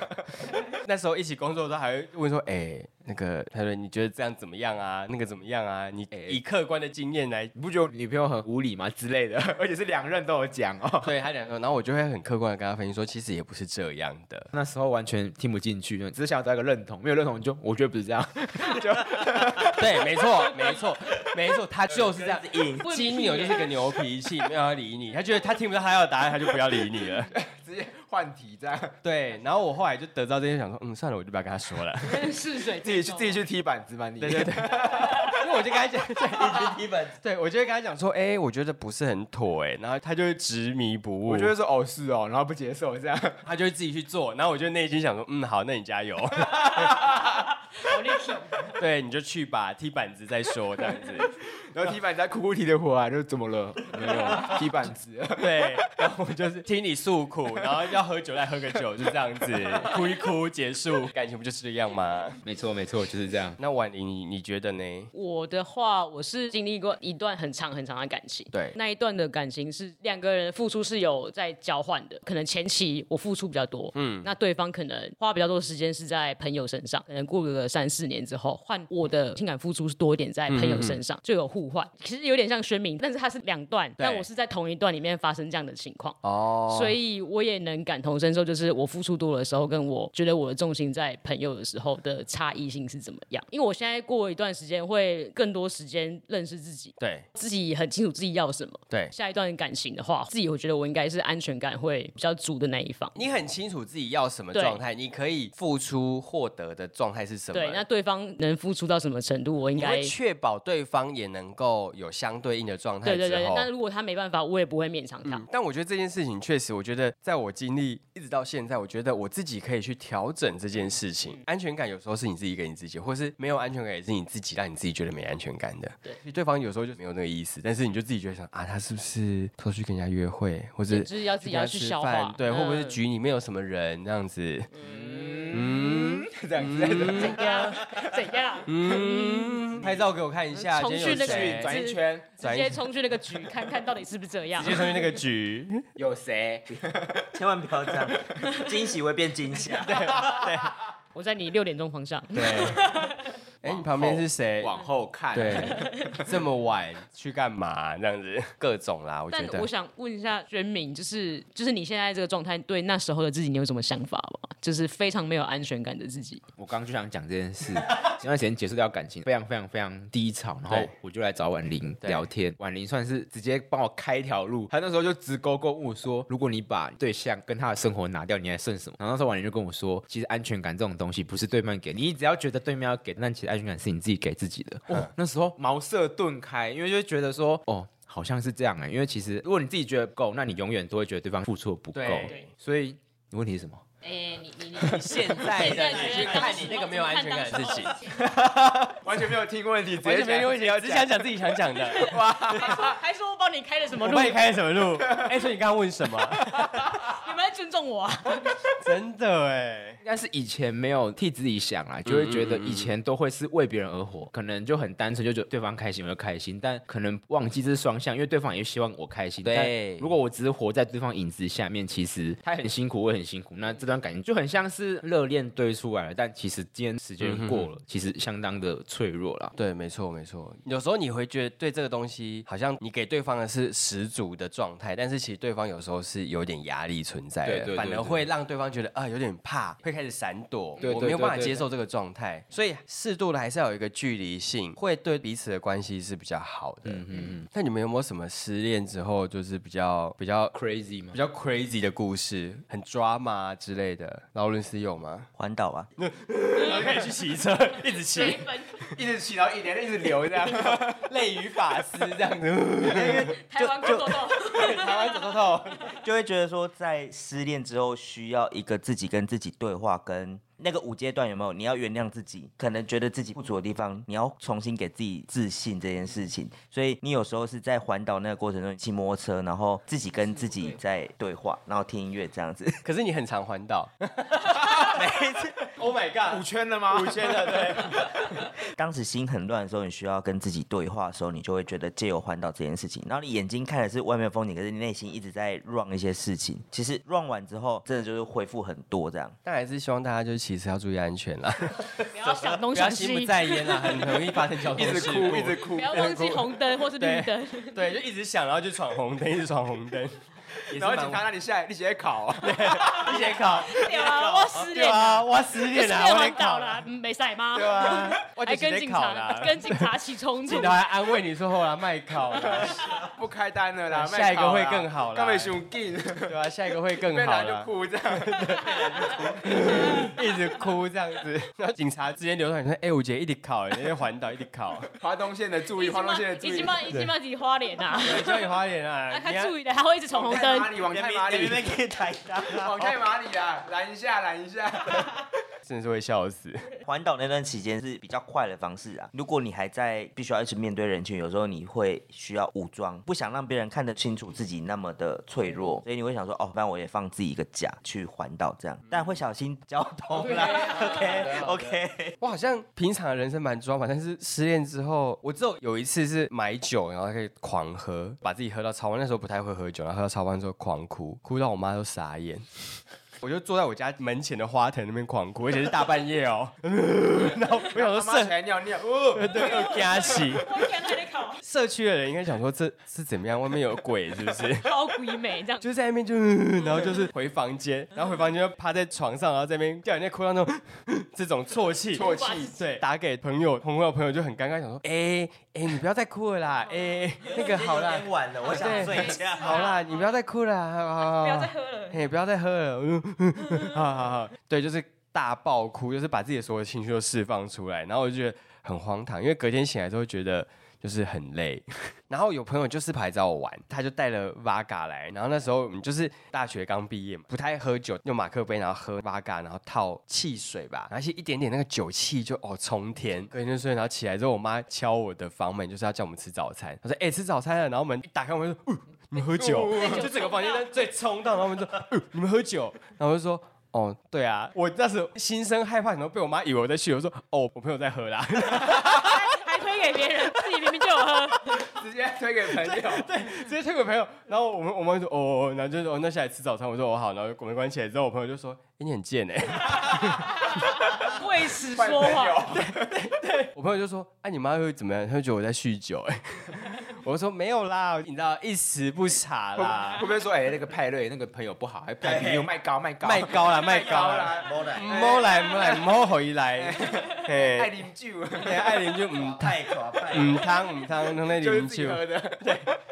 S1: 那时候一起工作的时候还会问说：“哎、那个他说你觉得这样怎么样啊？那个怎么样啊？”你、以客观的经验来，
S2: 你不觉得我女朋友很无理吗？之类的， 而且是两任都有讲哦。
S1: 对他两个，然后我就会很客观的跟他分析说，其实也不是这样的。
S2: 那时候完全听不进去，只是想要找一个认同，没有认同就我觉得不是这样。
S1: 对，没错，没错，没错，他就是 这样子硬
S3: 不
S1: 金牛就是个牛脾气，没有要理你。他觉得他听不到他要的答案，他就不要理你了。
S2: 直接换题这样，
S1: 对，然后我后来就得到这些，想说，嗯，算了，我就不要跟他说了。
S3: 试水，
S2: 自己去自己去踢板子吧你。
S1: 对对 对，因为我就跟他讲，对，基本，对我就会跟他讲说，哎、我觉得不是很妥，哎，然后他就会执迷不悟，
S2: 我就会说哦是哦，然后不接受这样。
S1: 他就会自己去做，然后我就内心想说，嗯，好，那你加油，
S3: 好立体，
S1: 对，你就去吧，踢板子再说，这样 子，
S2: 然后踢板子还哭哭啼的回来，就怎么了？没 有踢板子，
S1: 对，然后我就是听你诉苦，然后要喝酒再喝个酒，就这样 子，哭一哭结束，感情不就是这样吗？
S2: 没错没错，就是这样。
S1: 那婉玲，你你觉得呢？
S3: 我的话，我是经历过一段很长很长的感情。
S1: 对
S3: 那一段的感情是两个人付出是有在交换的，可能前期我付出比较多，嗯，那对方可能花比较多时间是在朋友身上，可能过个三四年之后，换我的情感付出是多一点在朋友身上，就有互换。其实有点像宣明，但是它是两段，但我是在同一段里面发生这样的情况。
S1: 哦
S3: 所以我也能感同身受，就是我付出多的时候，跟我觉得我的重心在朋友的时候的差异性是怎么样。因为我现在过一段时间会更多时间认识自己，
S1: 对
S3: 自己很清楚自己要什么。
S1: 对，
S3: 下一段感情的话，自己我觉得我应该是安全感会比较足的那一方。
S1: 你很清楚自己要什么
S3: 对
S1: 状态，你可以付出获得的状态是什么？
S3: 对，那对方能付出到什么程度，我应
S1: 你
S3: 该
S1: 会确保对方也能够有相对应的状态
S3: 对对
S1: 之
S3: 对。
S1: 后。嗯
S3: 但如果他没办法，我也不会勉强他。
S1: 但我觉得这件事情确实，我觉得在我经历一直到现在，我觉得我自己可以去调整这件事
S3: 嗯
S1: 情。安全感有时候是你自己给你自己，或是没有安全感也是你自己让你自己觉得没安全感的。
S3: 对，
S1: 对方有时候就没有那个意思，但是你就自己觉得想啊，他是不是偷去跟人家约会，或者
S3: 就是要自己
S1: 跟他
S3: 要去
S1: 吃
S3: 消
S1: 饭
S3: 化，
S1: 对，会不会是
S3: 嗯
S1: 局里面有什么人这样子？
S2: 嗯，这样子。
S3: 怎 样？怎样？
S1: 嗯，拍照给我看一下，
S3: 重
S1: 今天有
S3: 去那个
S1: 谁
S3: 局
S2: 转一圈，
S3: 直接冲去那个局看看到底是不是这样
S1: 直接？冲去那个局。
S2: 有谁？
S4: 千万不要这样，惊喜会变惊吓。
S3: 我在你六点钟方向。
S1: 对，啊哎，你旁边是谁？
S2: 往后看。，
S1: 对，这么晚去干嘛？这样子各种啦，我觉
S3: 但
S1: 得
S3: 我。想问一下宣明，就是就是你现在这个状态，对那时候的自己，你有什么想法吗？就是非常没有安全感的自己。
S2: 我刚刚就想讲这件事，前段时间结束掉感情，非常非常非常低潮，然后
S1: 对
S2: 我就来找婉玲
S1: 对
S2: 聊天，婉玲算是直接帮我开一条路，她那时候就直勾勾问我说，如果你把对象跟他的生活拿掉，你还剩什么？然后那时候婉玲就跟我说，其实安全感这种东西不是对面给，你只要觉得对面要给，那其实安全感是你自己给自己的。
S1: 嗯
S2: 哦，那时候茅塞顿开，因为就会觉得说，哦。好像是这样哎、因为其实如果你自己觉得不够，那你永远都会觉得对方付出的不够
S1: 对
S3: 对。
S2: 所以你问题是什么？
S3: 哎、你你你
S1: 现在的你去看你那个没有安全感的自己，
S2: 完全没有听过问题，直
S1: 完全没
S2: 讲
S1: 问题，我只想讲自己想讲的。
S3: 还说我把道你开了什么
S5: 我
S3: 路，
S5: 帮你开了什 么路？哎，所以你刚刚问什么？
S3: 你们在尊重我啊？
S1: 真的哎，
S2: 应该是以前没有替自己想啦，就会觉得以前都会是为别人而活，可能就很单纯，就觉得对方开心我就开心，但可能忘记这是双向，因为对方也希望我开心。
S5: 对
S2: 但如果我只是活在对方影子下面，其实他很辛苦，我也很辛苦，那这段感情就很像是热恋堆出来了，但其实今天时间过了，其实相当的脆弱啦。
S1: 对，没错没错。有时候你会觉得对这个东西，好像你给对方的是十足的状态，但是其实对方有时候是有点压力存在的，
S2: 对对对
S1: 反而会让对方觉得啊、有点怕，会开始闪躲，
S2: 对对
S1: 我没有办法
S2: 对对
S1: 接受这个状态。所以适度的还是要有一个距离性，会对彼此的关系是比较好的。嗯嗯。那你们有没有什么失恋之后就是比较比较
S2: Crazy 吗
S1: 比？较 crazy 的故事，很 drama 之类的？劳伦斯有 吗？
S4: 环岛啊，
S1: 可以去骑车，一直骑
S3: 水粉，
S1: 一直骑到一点，一直流这样， 泪与法师这样子。
S3: 台湾狗豆豆，
S1: 台湾走透透，
S4: 就会觉得说，在失恋之后需要一个自己跟自己对话，跟那个五阶段有没有？你要原谅自己，可能觉得自己不足的地方，你要重新给自己自信这件事情。所以你有时候是在环岛那个过程中骑摩托车，然后自己跟自
S1: 嗯
S4: 己在对话，然后听音乐这样子。
S1: 可是你很常环岛。
S4: 每一次
S1: Oh my god！
S2: 五圈了吗？五圈了，对。
S4: 当时心很乱的时候，你需要跟自己对话的时候，你就会觉得借由环岛这件事情，然后你眼睛看的是外面的风景，可是你内心一直在 run 一些事情。其实 run 完之后，真的就是恢复很多这样。
S1: 但还是希望大家就是骑车要注意安全啦，
S3: 不要想东
S1: 不要
S3: 想
S1: 心不
S3: 西，
S1: 在焉啦，很容易发生交通事故。一直哭，
S3: 不要忘记红灯或是绿灯。
S1: 对，就一直想，然后就闯红灯，一直闯红 灯。然后警察那里下来，你直接考，你接考。
S3: 对啊，我失
S1: 对
S3: 恋了
S1: 啊，，我失
S3: 我失
S1: 恋
S3: 恋
S1: 了，我在
S3: 完
S1: 考
S3: 倒
S1: 啦。
S3: 了，嗯没赛吗
S1: 对？啊， 我就
S3: 还
S1: 直
S3: 跟
S1: 接
S3: 警
S1: 考啦
S3: 察。跟警察起冲突
S1: 警，察还安慰你说：“后来卖考啦。”
S6: 不开单了啦，
S1: 下一个会更好啦
S6: 刚被熊进，
S1: 对啊，下一个会更
S6: 被
S1: 好
S6: 来就
S1: 了，
S6: 哭这样。
S1: 一直哭这样子， 然后警察之间流传说，哎、我姐一直考，人家环岛一直考，
S6: 华东县的注
S3: 已
S6: 意，华
S3: 经
S6: 东
S3: 骂
S6: 县的注
S3: 已
S6: 意
S3: 经。骂已经骂自己花脸呐。
S1: 叫你花脸 啊，
S3: 他
S1: 你
S3: 看
S1: 要
S3: 注意的，他会一直闯红
S6: 往太马
S3: 灯。
S6: 里，往太马里，
S4: 可以抬杠啊
S6: 往太马里啦，拦一下，拦一下。
S1: 真的是会笑死。
S4: 环岛那段期间是比较快的方式啊。如果你还在必须要一直面对人群，有时候你会需要武装，不想让别人看得清楚自己那么的脆弱，所以你会想说，哦，不然我也放自己一个假去环岛这样，但会小心交通啦。OK OK，
S1: 我好像平常的人生蛮抓嘛，但是失恋之后，我只有有一次是买酒，然后可以狂喝，把自己喝到超弯。那时候不太会喝酒，然后喝到超弯之后狂哭，哭到我妈都傻眼。 我就坐在我家门前的花坛那边狂哭，而且是大半夜哦。 然后我想 说
S6: 妈妈起
S1: 社
S6: 来尿尿，哦，
S1: 对又加起，
S3: 我天，他在 考
S1: 社区的人应该想说这是怎么样，外面有鬼是不是？
S3: 高鬼美这样，
S1: 就是在那边就，嗯然后就是回房间，然后回房间就趴在床上，然后在那边叫人家哭到那种 这种啜泣，
S6: 啜泣，
S1: 对，打给朋友，朋友朋友就很尴尬，想说，哎、哎、你不要再哭了啦，哎、那个好啦
S4: 有，点晚了，我想睡觉。
S1: 好啦，你不要再哭了啦，好好好，
S3: 不要再喝了。
S1: 嘿，不要再喝了， 嗯嗯嗯好好好，对，就是大爆哭，就是把自己的所有情绪都释放出来，然后我就觉得很荒唐，因为隔天醒来之后觉得。就是很累， 然后有朋友就是跑来找我玩，他就带了 v 嘎来，然后那时候我们就是大学刚毕业嘛，不太喝酒，用马克杯然后喝 v 嘎，然后套汽水吧，然后一点点那个酒气就哦冲天，隔天就睡，然后起来之后我妈敲我的房门，就是要叫我们吃早餐，她说哎、吃早餐了，然后门一打开我们说，嗯、你们喝酒，就整个房间都最冲到，然后我们说、呃你们喝酒，然后我就说。哦，对啊，我那时候心生害怕，然后被我妈以为我在酗酒，我说哦，我朋友在喝啦，
S3: 还推给别人，自己明明就有 喝，
S6: 直接推给朋友。
S1: 直接推给朋友。然后我们我妈就说哦，哦然后就说哦，那下来吃早餐，我说哦好，然后我们关起来之后，我朋友就说，哎，你很贱哎、
S3: 为此说谎。，
S1: 我朋友就说：“哎、你妈会怎么样？她会觉得我在酗酒、哎， 我就说：“没有啦，你知道一时不察啦
S6: 会，不会说，哎，那个派瑞那个朋友不好，还派朋友卖高卖高
S1: 卖高啦，卖高啦，
S6: 啦，
S1: 摸
S4: 摸来
S1: 来摸来摸回 来，
S6: 爱
S1: 嘿，
S6: 啉酒，
S1: 嘿爱琳就嗯
S4: 太垮太
S1: 嗯汤嗯汤汤那
S6: 就是
S1: 琳
S6: 自己
S1: 就，
S6: 喝的。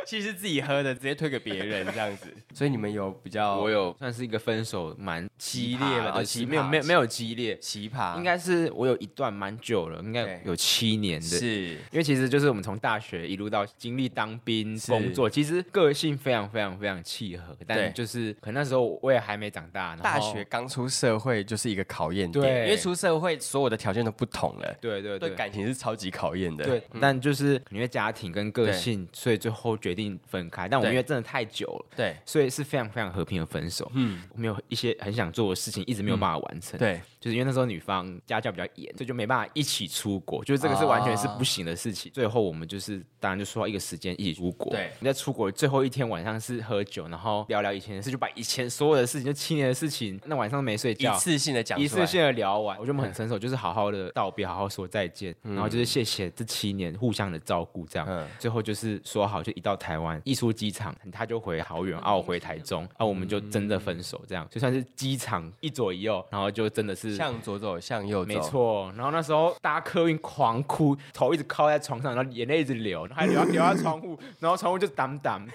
S1: 其实是自己喝的，直接推给别人这样子。所以你们有比较
S2: 我有算是一个分手蛮
S1: 激
S2: 激
S1: 烈
S2: 烈
S1: 嘛
S2: 的
S1: 对
S2: 事，
S1: 奇葩
S2: 没有没有没有激烈，
S1: 奇葩，
S2: 应该是我有一段蛮久了，应该
S1: 啊对
S2: 有七年的。
S1: 是
S2: 因为其实就是我们从大学一路到经历历、当兵、
S1: 是
S2: 工作，其实个性非常非常非常契合，
S1: 对
S2: 但就是可能那时候我也还没长大，然后
S1: 大学刚出社会就是一个考验点，
S2: 对
S1: 因为出社会所有的条件都不同了，
S2: 对对
S1: 对感嗯情是超级考验的。
S2: 对，但就是因为家庭跟个
S1: 对
S2: 性，所以最后决定分开。但我们
S1: 对
S2: 因为真的太久了，
S1: 对
S2: 所以是非常非常和平的分手。嗯，我们有一些很想做的事情，一直
S1: 嗯
S2: 没有办法完成。，
S1: 对，
S2: 就是因为那时候女方家教比较严，所以就没办法一起出国，就是这个是完全
S1: 啊
S2: 是不行的事情。最后我们就是当然就说到一个时间一起出国。
S1: 对，
S2: 在出国最后一天晚上是喝酒，然后聊聊以前的事，就把以前所有的事情，就七年的事情，那晚上没睡
S1: 一
S2: 觉，
S1: 次性的讲出来，
S2: 一次性的聊完，我觉得我们很成熟，就是好好的道别，好好说再见，然后就是谢谢这七年互相的照顾，这样，
S1: 嗯
S2: 最后就是说好，就一到台湾一出机场，他就回桃园，啊，我回台中，啊，我们就真的分手，这样，就算是机场一左一右，然后就真的是。
S1: 向左走，向右走，
S2: 没。错，然后那时候搭客运狂哭，头一直靠在床上，然后眼泪一直流，还流到流到窗户，然后窗户就挡挡，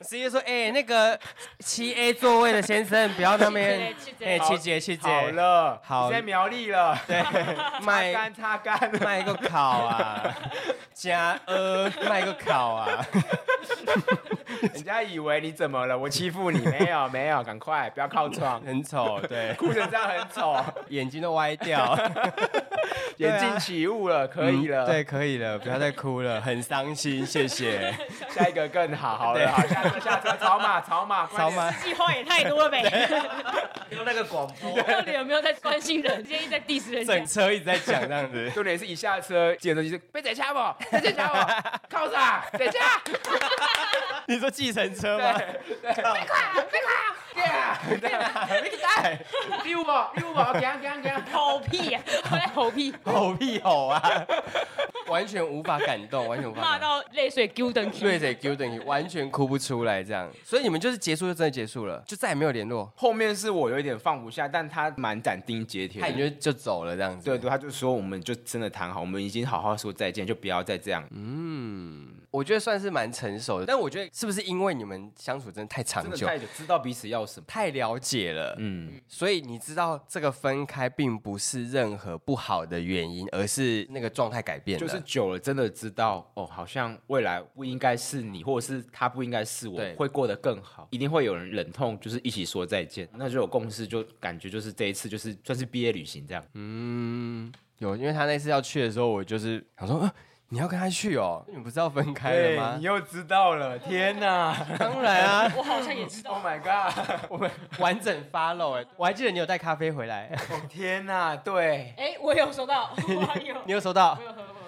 S1: 直接说，哎、那个七 A 座位的先生，不要那边哎、七姐，七
S2: 好
S1: 姐，
S2: 了，
S1: 好
S2: 你在苗栗了，对，擦
S1: 卖
S2: 干擦干，
S1: 卖个烤啊， 加呃，卖个烤啊，
S2: 人家以为你怎么了？我欺负你？没 有，没有，赶快，不要靠窗，
S1: 很丑，对，
S2: 哭成这样很丑，
S1: 眼睛都歪 掉，
S2: 眼镜起雾了，可以了，
S1: 啊嗯对，，可以了，不要再哭了，很伤心，谢谢。
S2: 下一个更好，好
S1: 对
S2: 了，好，下车，下车，草马，草马，快
S1: 超
S2: 点，
S1: 吗？
S3: 计划也太 多了呗。
S4: 用那个广播，
S3: 到底有没有在关心人？今天一直在 diss 人
S1: 整
S3: 家。
S1: 车一直在讲这样 子
S2: 重点是一下车，计程车就是被等一下我，被等一下 我，靠啥？等一下，
S1: 你说计程车吗？
S2: 对啊，对啊，你带，溜我，溜我，啊行行行，
S3: 吼屁 呀！我在吼屁，
S1: 吼屁吼啊！ 完全无法感动，完全无
S3: 骂
S1: 法感 动。
S3: 到泪水丢等去。
S1: 对着 Q 等于完全哭不出来这样，所以你们就是结束就真的结束了，就再也没有联络，
S2: 后面是我有一点放不下，但他蛮斩钉截铁的，
S1: 他你就就走了这样子。
S2: 对对，他就说我们就真的谈好，我们已经好好说再见，就不要再这样。
S1: 嗯我觉得算是蛮成熟的，但我觉得是不是因为你们相处真的太长
S2: 真的
S1: 久，
S2: 太久，知道彼此要什么。
S1: 太了解了，
S2: 嗯，
S1: 所以你知道这个分开并不是任何不好的原因，而是那个状态改变了。
S2: 就是久了，真的知道哦，好像未来不应该是你，或者是他不应该是我
S1: 对，
S2: 会过得更好，一定会有人忍痛，就是一起说再见，那就有共识，就感觉就是这一次就是算是毕业旅行这样。
S1: 嗯，有，因为他那次要去的时候，我就是想说，啊、你要跟他去哦，你们不是要分开了吗？
S2: 又知道了，天哪
S1: 当然啊，
S3: 我好像也知道。
S2: ！Oh my god！
S1: 完整发漏哎，我还记得你有带咖啡回来，
S2: 哦天哪，对，
S3: 哎，我有 收到，我有。
S1: 你有收到？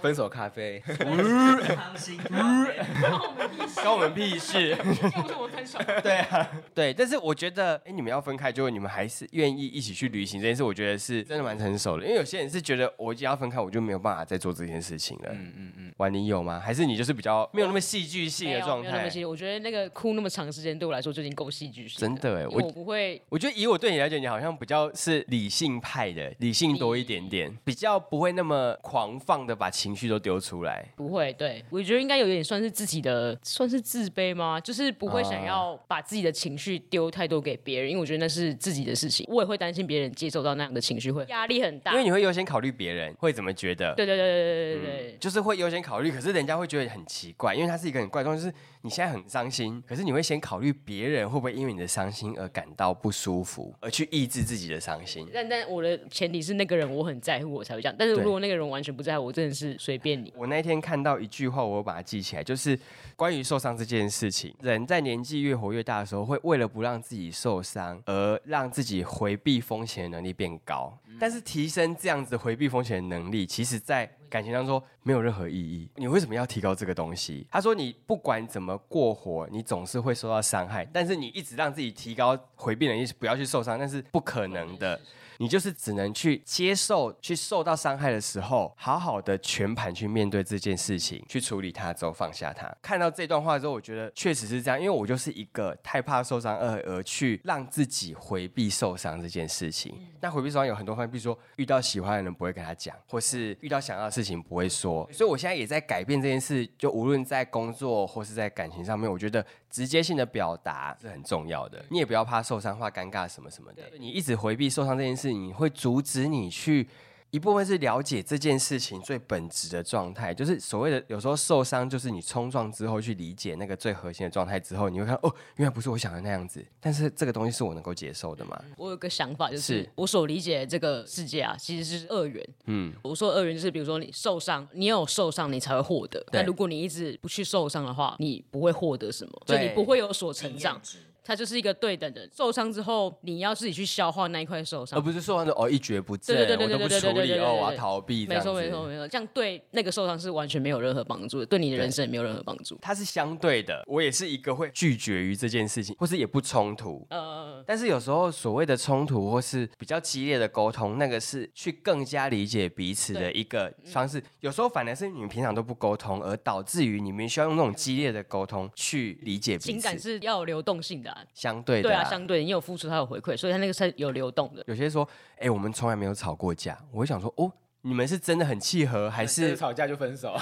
S2: 分手咖啡，
S4: 伤心。
S3: 关我们屁事，
S1: 关我们屁事。
S3: 又不是我们分手。
S1: 对啊，对，但是我觉得，哎、你们要分开，结果你们还是愿意一起去旅行这件事，我觉得是真的蛮成熟的。因为有些人是觉得，我只要分开，我就没有办法再做这件事情了。嗯嗯嗯。婉玲有吗？还是你就是比较没有那么戏剧性
S3: 没
S1: 的
S3: 有
S1: 状
S3: 没有那
S1: 态
S3: 么？细我觉得那个哭那么长时间，对我来说就已经够戏剧性。
S1: 真的哎
S3: 因为
S1: 我
S3: 我不会
S1: 我觉得以我对你了解，你好像比较是理性派的，理性多一点点，比较不会那么狂放的把情绪都丢出来。
S3: 不会，对我觉得应该有点算是自己的，算是自卑吗？就是不会想要把自己的情绪丢太多给别人，因为我觉得那是自己的事情，我也会担心别人接受到那样的情绪会压力很大。
S1: 因为你会优先考虑别人会怎么觉得，
S3: 对对对对对对对对。
S1: 就是会优先考虑，可是人家会觉得很奇怪，因为它是一个很怪的东西，就是你现在很伤心，可是你会先考虑别人会不会因为你的伤心而感到不舒服，而去抑制自己的伤心。
S3: 但但我的前提是那个人我很在乎，我才会这样。但是
S1: 对
S3: 如果那个人完全不在乎，我真的是随便你。
S1: 我那天看到一句话，我有把它记起来，就是关于受伤这件事情。人在年纪越活越大的时候，会为了不让自己受伤，而让自己回避风险的能力变高。但是提升这样子回避风险的能力，其实在感情当中没有任何意义。你为什么要提高这个东西？他说，你不管怎么过活，你总是会受到伤害，但是你一直让自己提高回避能力，不要去受伤，那是不可能的。你就是只能去接受，去受到伤害的时候，好好的全盘去面对这件事情，去处理它之后放下它。看到这段话之后，我觉得确实是这样，因为我就是一个太怕受伤而而去让自己回避受伤这件事情。那回避受伤有很多方面，比如说遇到喜欢的人不会跟他讲，或是遇到想要的事情不会说。所以我现在也在改变这件事，就无论在工作或是在感情上面，我觉得直接性的表达是很重要的。你也不要怕受伤、怕尴尬什么什么的。你一直回避受伤这件事，你会阻止你去一部分是了解这件事情最本质的状态，就是所谓的有时候受伤，就是你冲撞之后去理解那个最核心的状态之后，你会看哦，原来不是我想的那样子，但是这个东西是我能够接受的嘛？
S3: 我有个想法，就是
S1: 是
S3: 我所理解的这个世界啊，其实是二元。
S1: 嗯
S3: 嗯，我说二元就是，比如说你受伤，你有受伤，你才会获得。但如果你一直不去受伤的话，你不会获得什么，所以
S1: 对
S3: 你不会有所成长。它就是一个对等的，受伤之后你要自己去消化那一块受
S1: 而
S3: 伤。
S1: 不是说完的哦一蹶不振，
S3: 对对对
S1: 我都
S3: 对
S1: 不
S3: 对对
S1: 处
S3: 对
S1: 理
S3: 对对
S1: 哦，
S3: 对
S1: 我要
S3: 对
S1: 逃避，这
S3: 没
S1: 样
S3: 错，没
S1: 子
S3: 错，没错，这样对那个受伤是完全没有任何帮助的，对你的人生也没有任何帮助。
S1: 它是相对的，我也是一个会拒绝于这件事情，或是也不冲突。
S3: 呃，
S1: 但是有时候所谓的冲突或是比较激烈的沟通，那个是去更加理解彼此的
S3: 对嗯
S1: 一个方式。有时候反而是你们平常都不沟通，而导致于你们需要用那种激烈的沟通去理解彼
S3: 情感
S1: 此。
S3: 是要有流动性的、啊，
S1: 相对的
S3: 对
S1: 啦、
S3: 啊，相对你有付出，他有回馈，所以他那个是有流动的。
S1: 有些说，哎、我们从来没有吵过架。我会想说，哦，你们是真的很契合，还是
S2: 吵架就分手，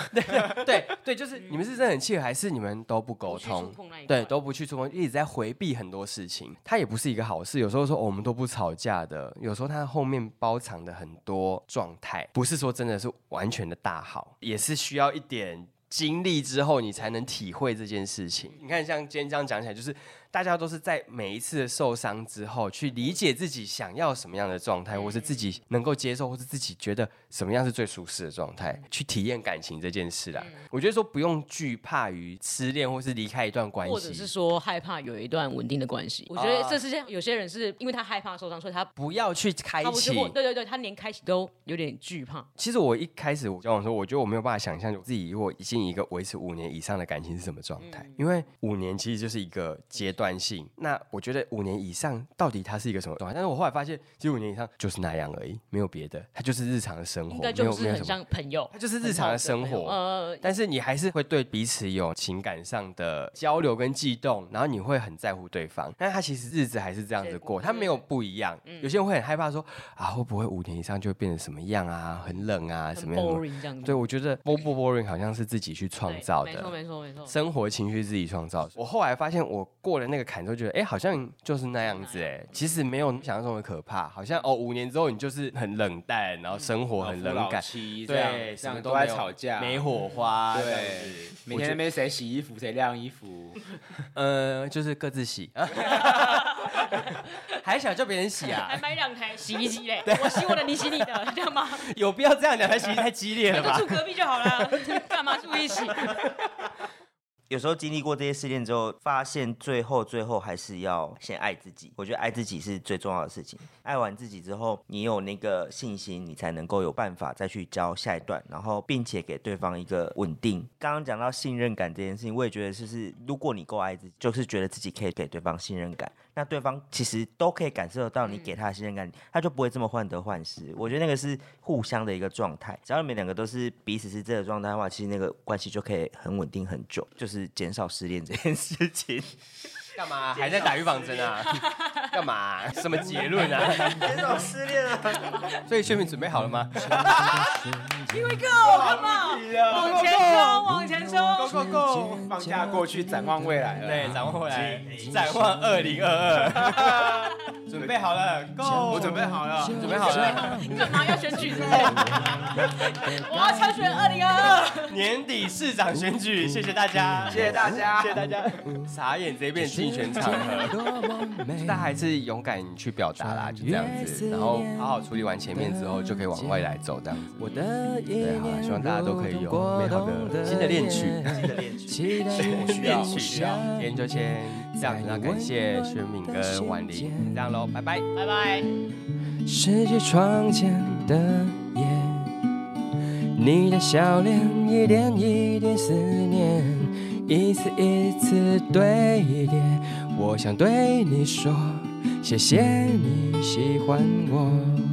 S1: 对对，就是你们是真的很契合，还是你们都不沟通
S3: 不去触碰那？一块
S1: 对，都不去触碰，一直在回避很多事情，它也不是一个好事。有时候说、哦我们都不吵架的，有时候它后面包藏的很多状态，不是说真的是完全的大好，也是需要一点。经历之后，你才能体会这件事情。你看，像今天这样讲起来，就是大家都是在每一次的受伤之后，去理解自己想要什么样的状态，或是自己能够接受，或是自己觉得什么样是最舒适的状态，去体验感情这件事啦。
S3: 嗯
S1: 我觉得说不用惧怕于失恋或是离开一段关
S3: 或者
S1: 系，
S3: 是说害怕有一段稳定的关系。我啊觉得这世界上有些人是因为他害怕受伤，所以他
S1: 不要去开
S3: 他不
S1: 启
S3: 是。过，对对对，他连开启都有点惧怕。
S1: 其实我一开始我交往的时候，我觉得我没有办法想象我自己如果进一个维持五年以上的感情是什么状态，
S3: 嗯
S1: 因为五年其实就是一个阶段性。那我觉得五年以上到底它是一个什么状态？但是我后来发现，其实五年以上就是那样而已，没有别的，它就是日常的生活，
S3: 应该
S1: 没
S3: 就
S1: 有没
S3: 是
S1: 有
S3: 很
S1: 什么，
S3: 像朋友，
S1: 它就是日常的生活。
S3: 呃，
S1: 但是你还是会对彼此有情感上的交流跟悸动，然后你会很在乎对方。但他其实日子还是这样子过，他没有不一样。
S3: 嗯
S1: 有些人会很害怕说啊，会不会五年以上就会变成什么样啊，很冷啊，什
S3: 很
S1: 么样的？
S3: boring 这样子。
S1: 对，我觉得 b o b boring 好像是自己去创
S3: 对
S1: 造
S3: 没错
S1: 的。
S3: 没错没错。
S1: 生活情绪自己创造的。我后来发现，我过了那个坎之后，觉得哎、诶好像就是那样子哎、诶其实没有想象中的可怕。好像哦，五年之后你就是很冷淡，然后生活很冷感，
S2: 这
S1: 对，啊
S2: 样这
S1: 什么
S2: 样都
S1: 没
S2: 在
S1: 有
S2: 吵架，
S1: 没火花，这样子
S2: 对，每天那边谁洗衣服谁晾衣服，
S1: 呃，就是各自洗， 还想叫别人洗
S3: 还
S1: 啊？
S3: 买两台洗衣机嘞，我洗我的，你洗你的，这样吗？
S1: 有必要这样讲？他洗太激烈了
S3: 就
S1: 吧
S3: 住？隔壁就好 了，干嘛住一起？
S4: 有时候经历过这些事件之后，发现最后最后还是要先爱自己。我觉得爱自己是最重要的事情。爱完自己之后，你有那个信心，你才能够有办法再去交下一段，然后并且给对方一个稳定。刚刚讲到信任感这件事情，我也觉得就是，如果你够爱自己，就是觉得自己可以给对方信任感，那对方其实都可以感受得到你给他的信任感，他就不会这么患得患失。我觉得那个是互相的一个状态，只要你们两个都是彼此是这个状态的话，其实那个关系就可以很稳定很久，就是减少失恋这件事情，
S1: 干 嘛？还在打预防针啊？ 干嘛、什么结论啊？
S4: 减少失恋啊。
S1: 所以薛明准备好了吗？
S3: 干嘛？往前冲，往前冲！
S2: Go Go，放假过去展望未来了。
S1: 对，展望未来，哎展望二零二二， 准备好 了，Go！
S2: 我准备好了，
S1: 准备好了，
S3: 干嘛要选举？ 对不对我要参选二零二二。
S1: 年底市长选举，谢谢大家，嗯谢谢大家，谢谢大家。傻眼，直接变竞选场合。但还是勇敢去表达啦，就这样
S5: 哎
S1: 子，然后好好处理完前面之后，就可以往未来走，这样子。
S5: 我的 一
S1: 对，好啦，
S5: 年
S1: 希望大家都可以有美好的新的恋曲，
S5: 期待
S1: 新的恋曲。今天就先这样子，那感谢薛敏跟婉玲，这样喽，拜拜。
S3: 拜拜。
S5: 拾起窗前的夜，你的笑脸一点一滴思念，一次一次堆叠。我想对你说，谢谢你喜欢我。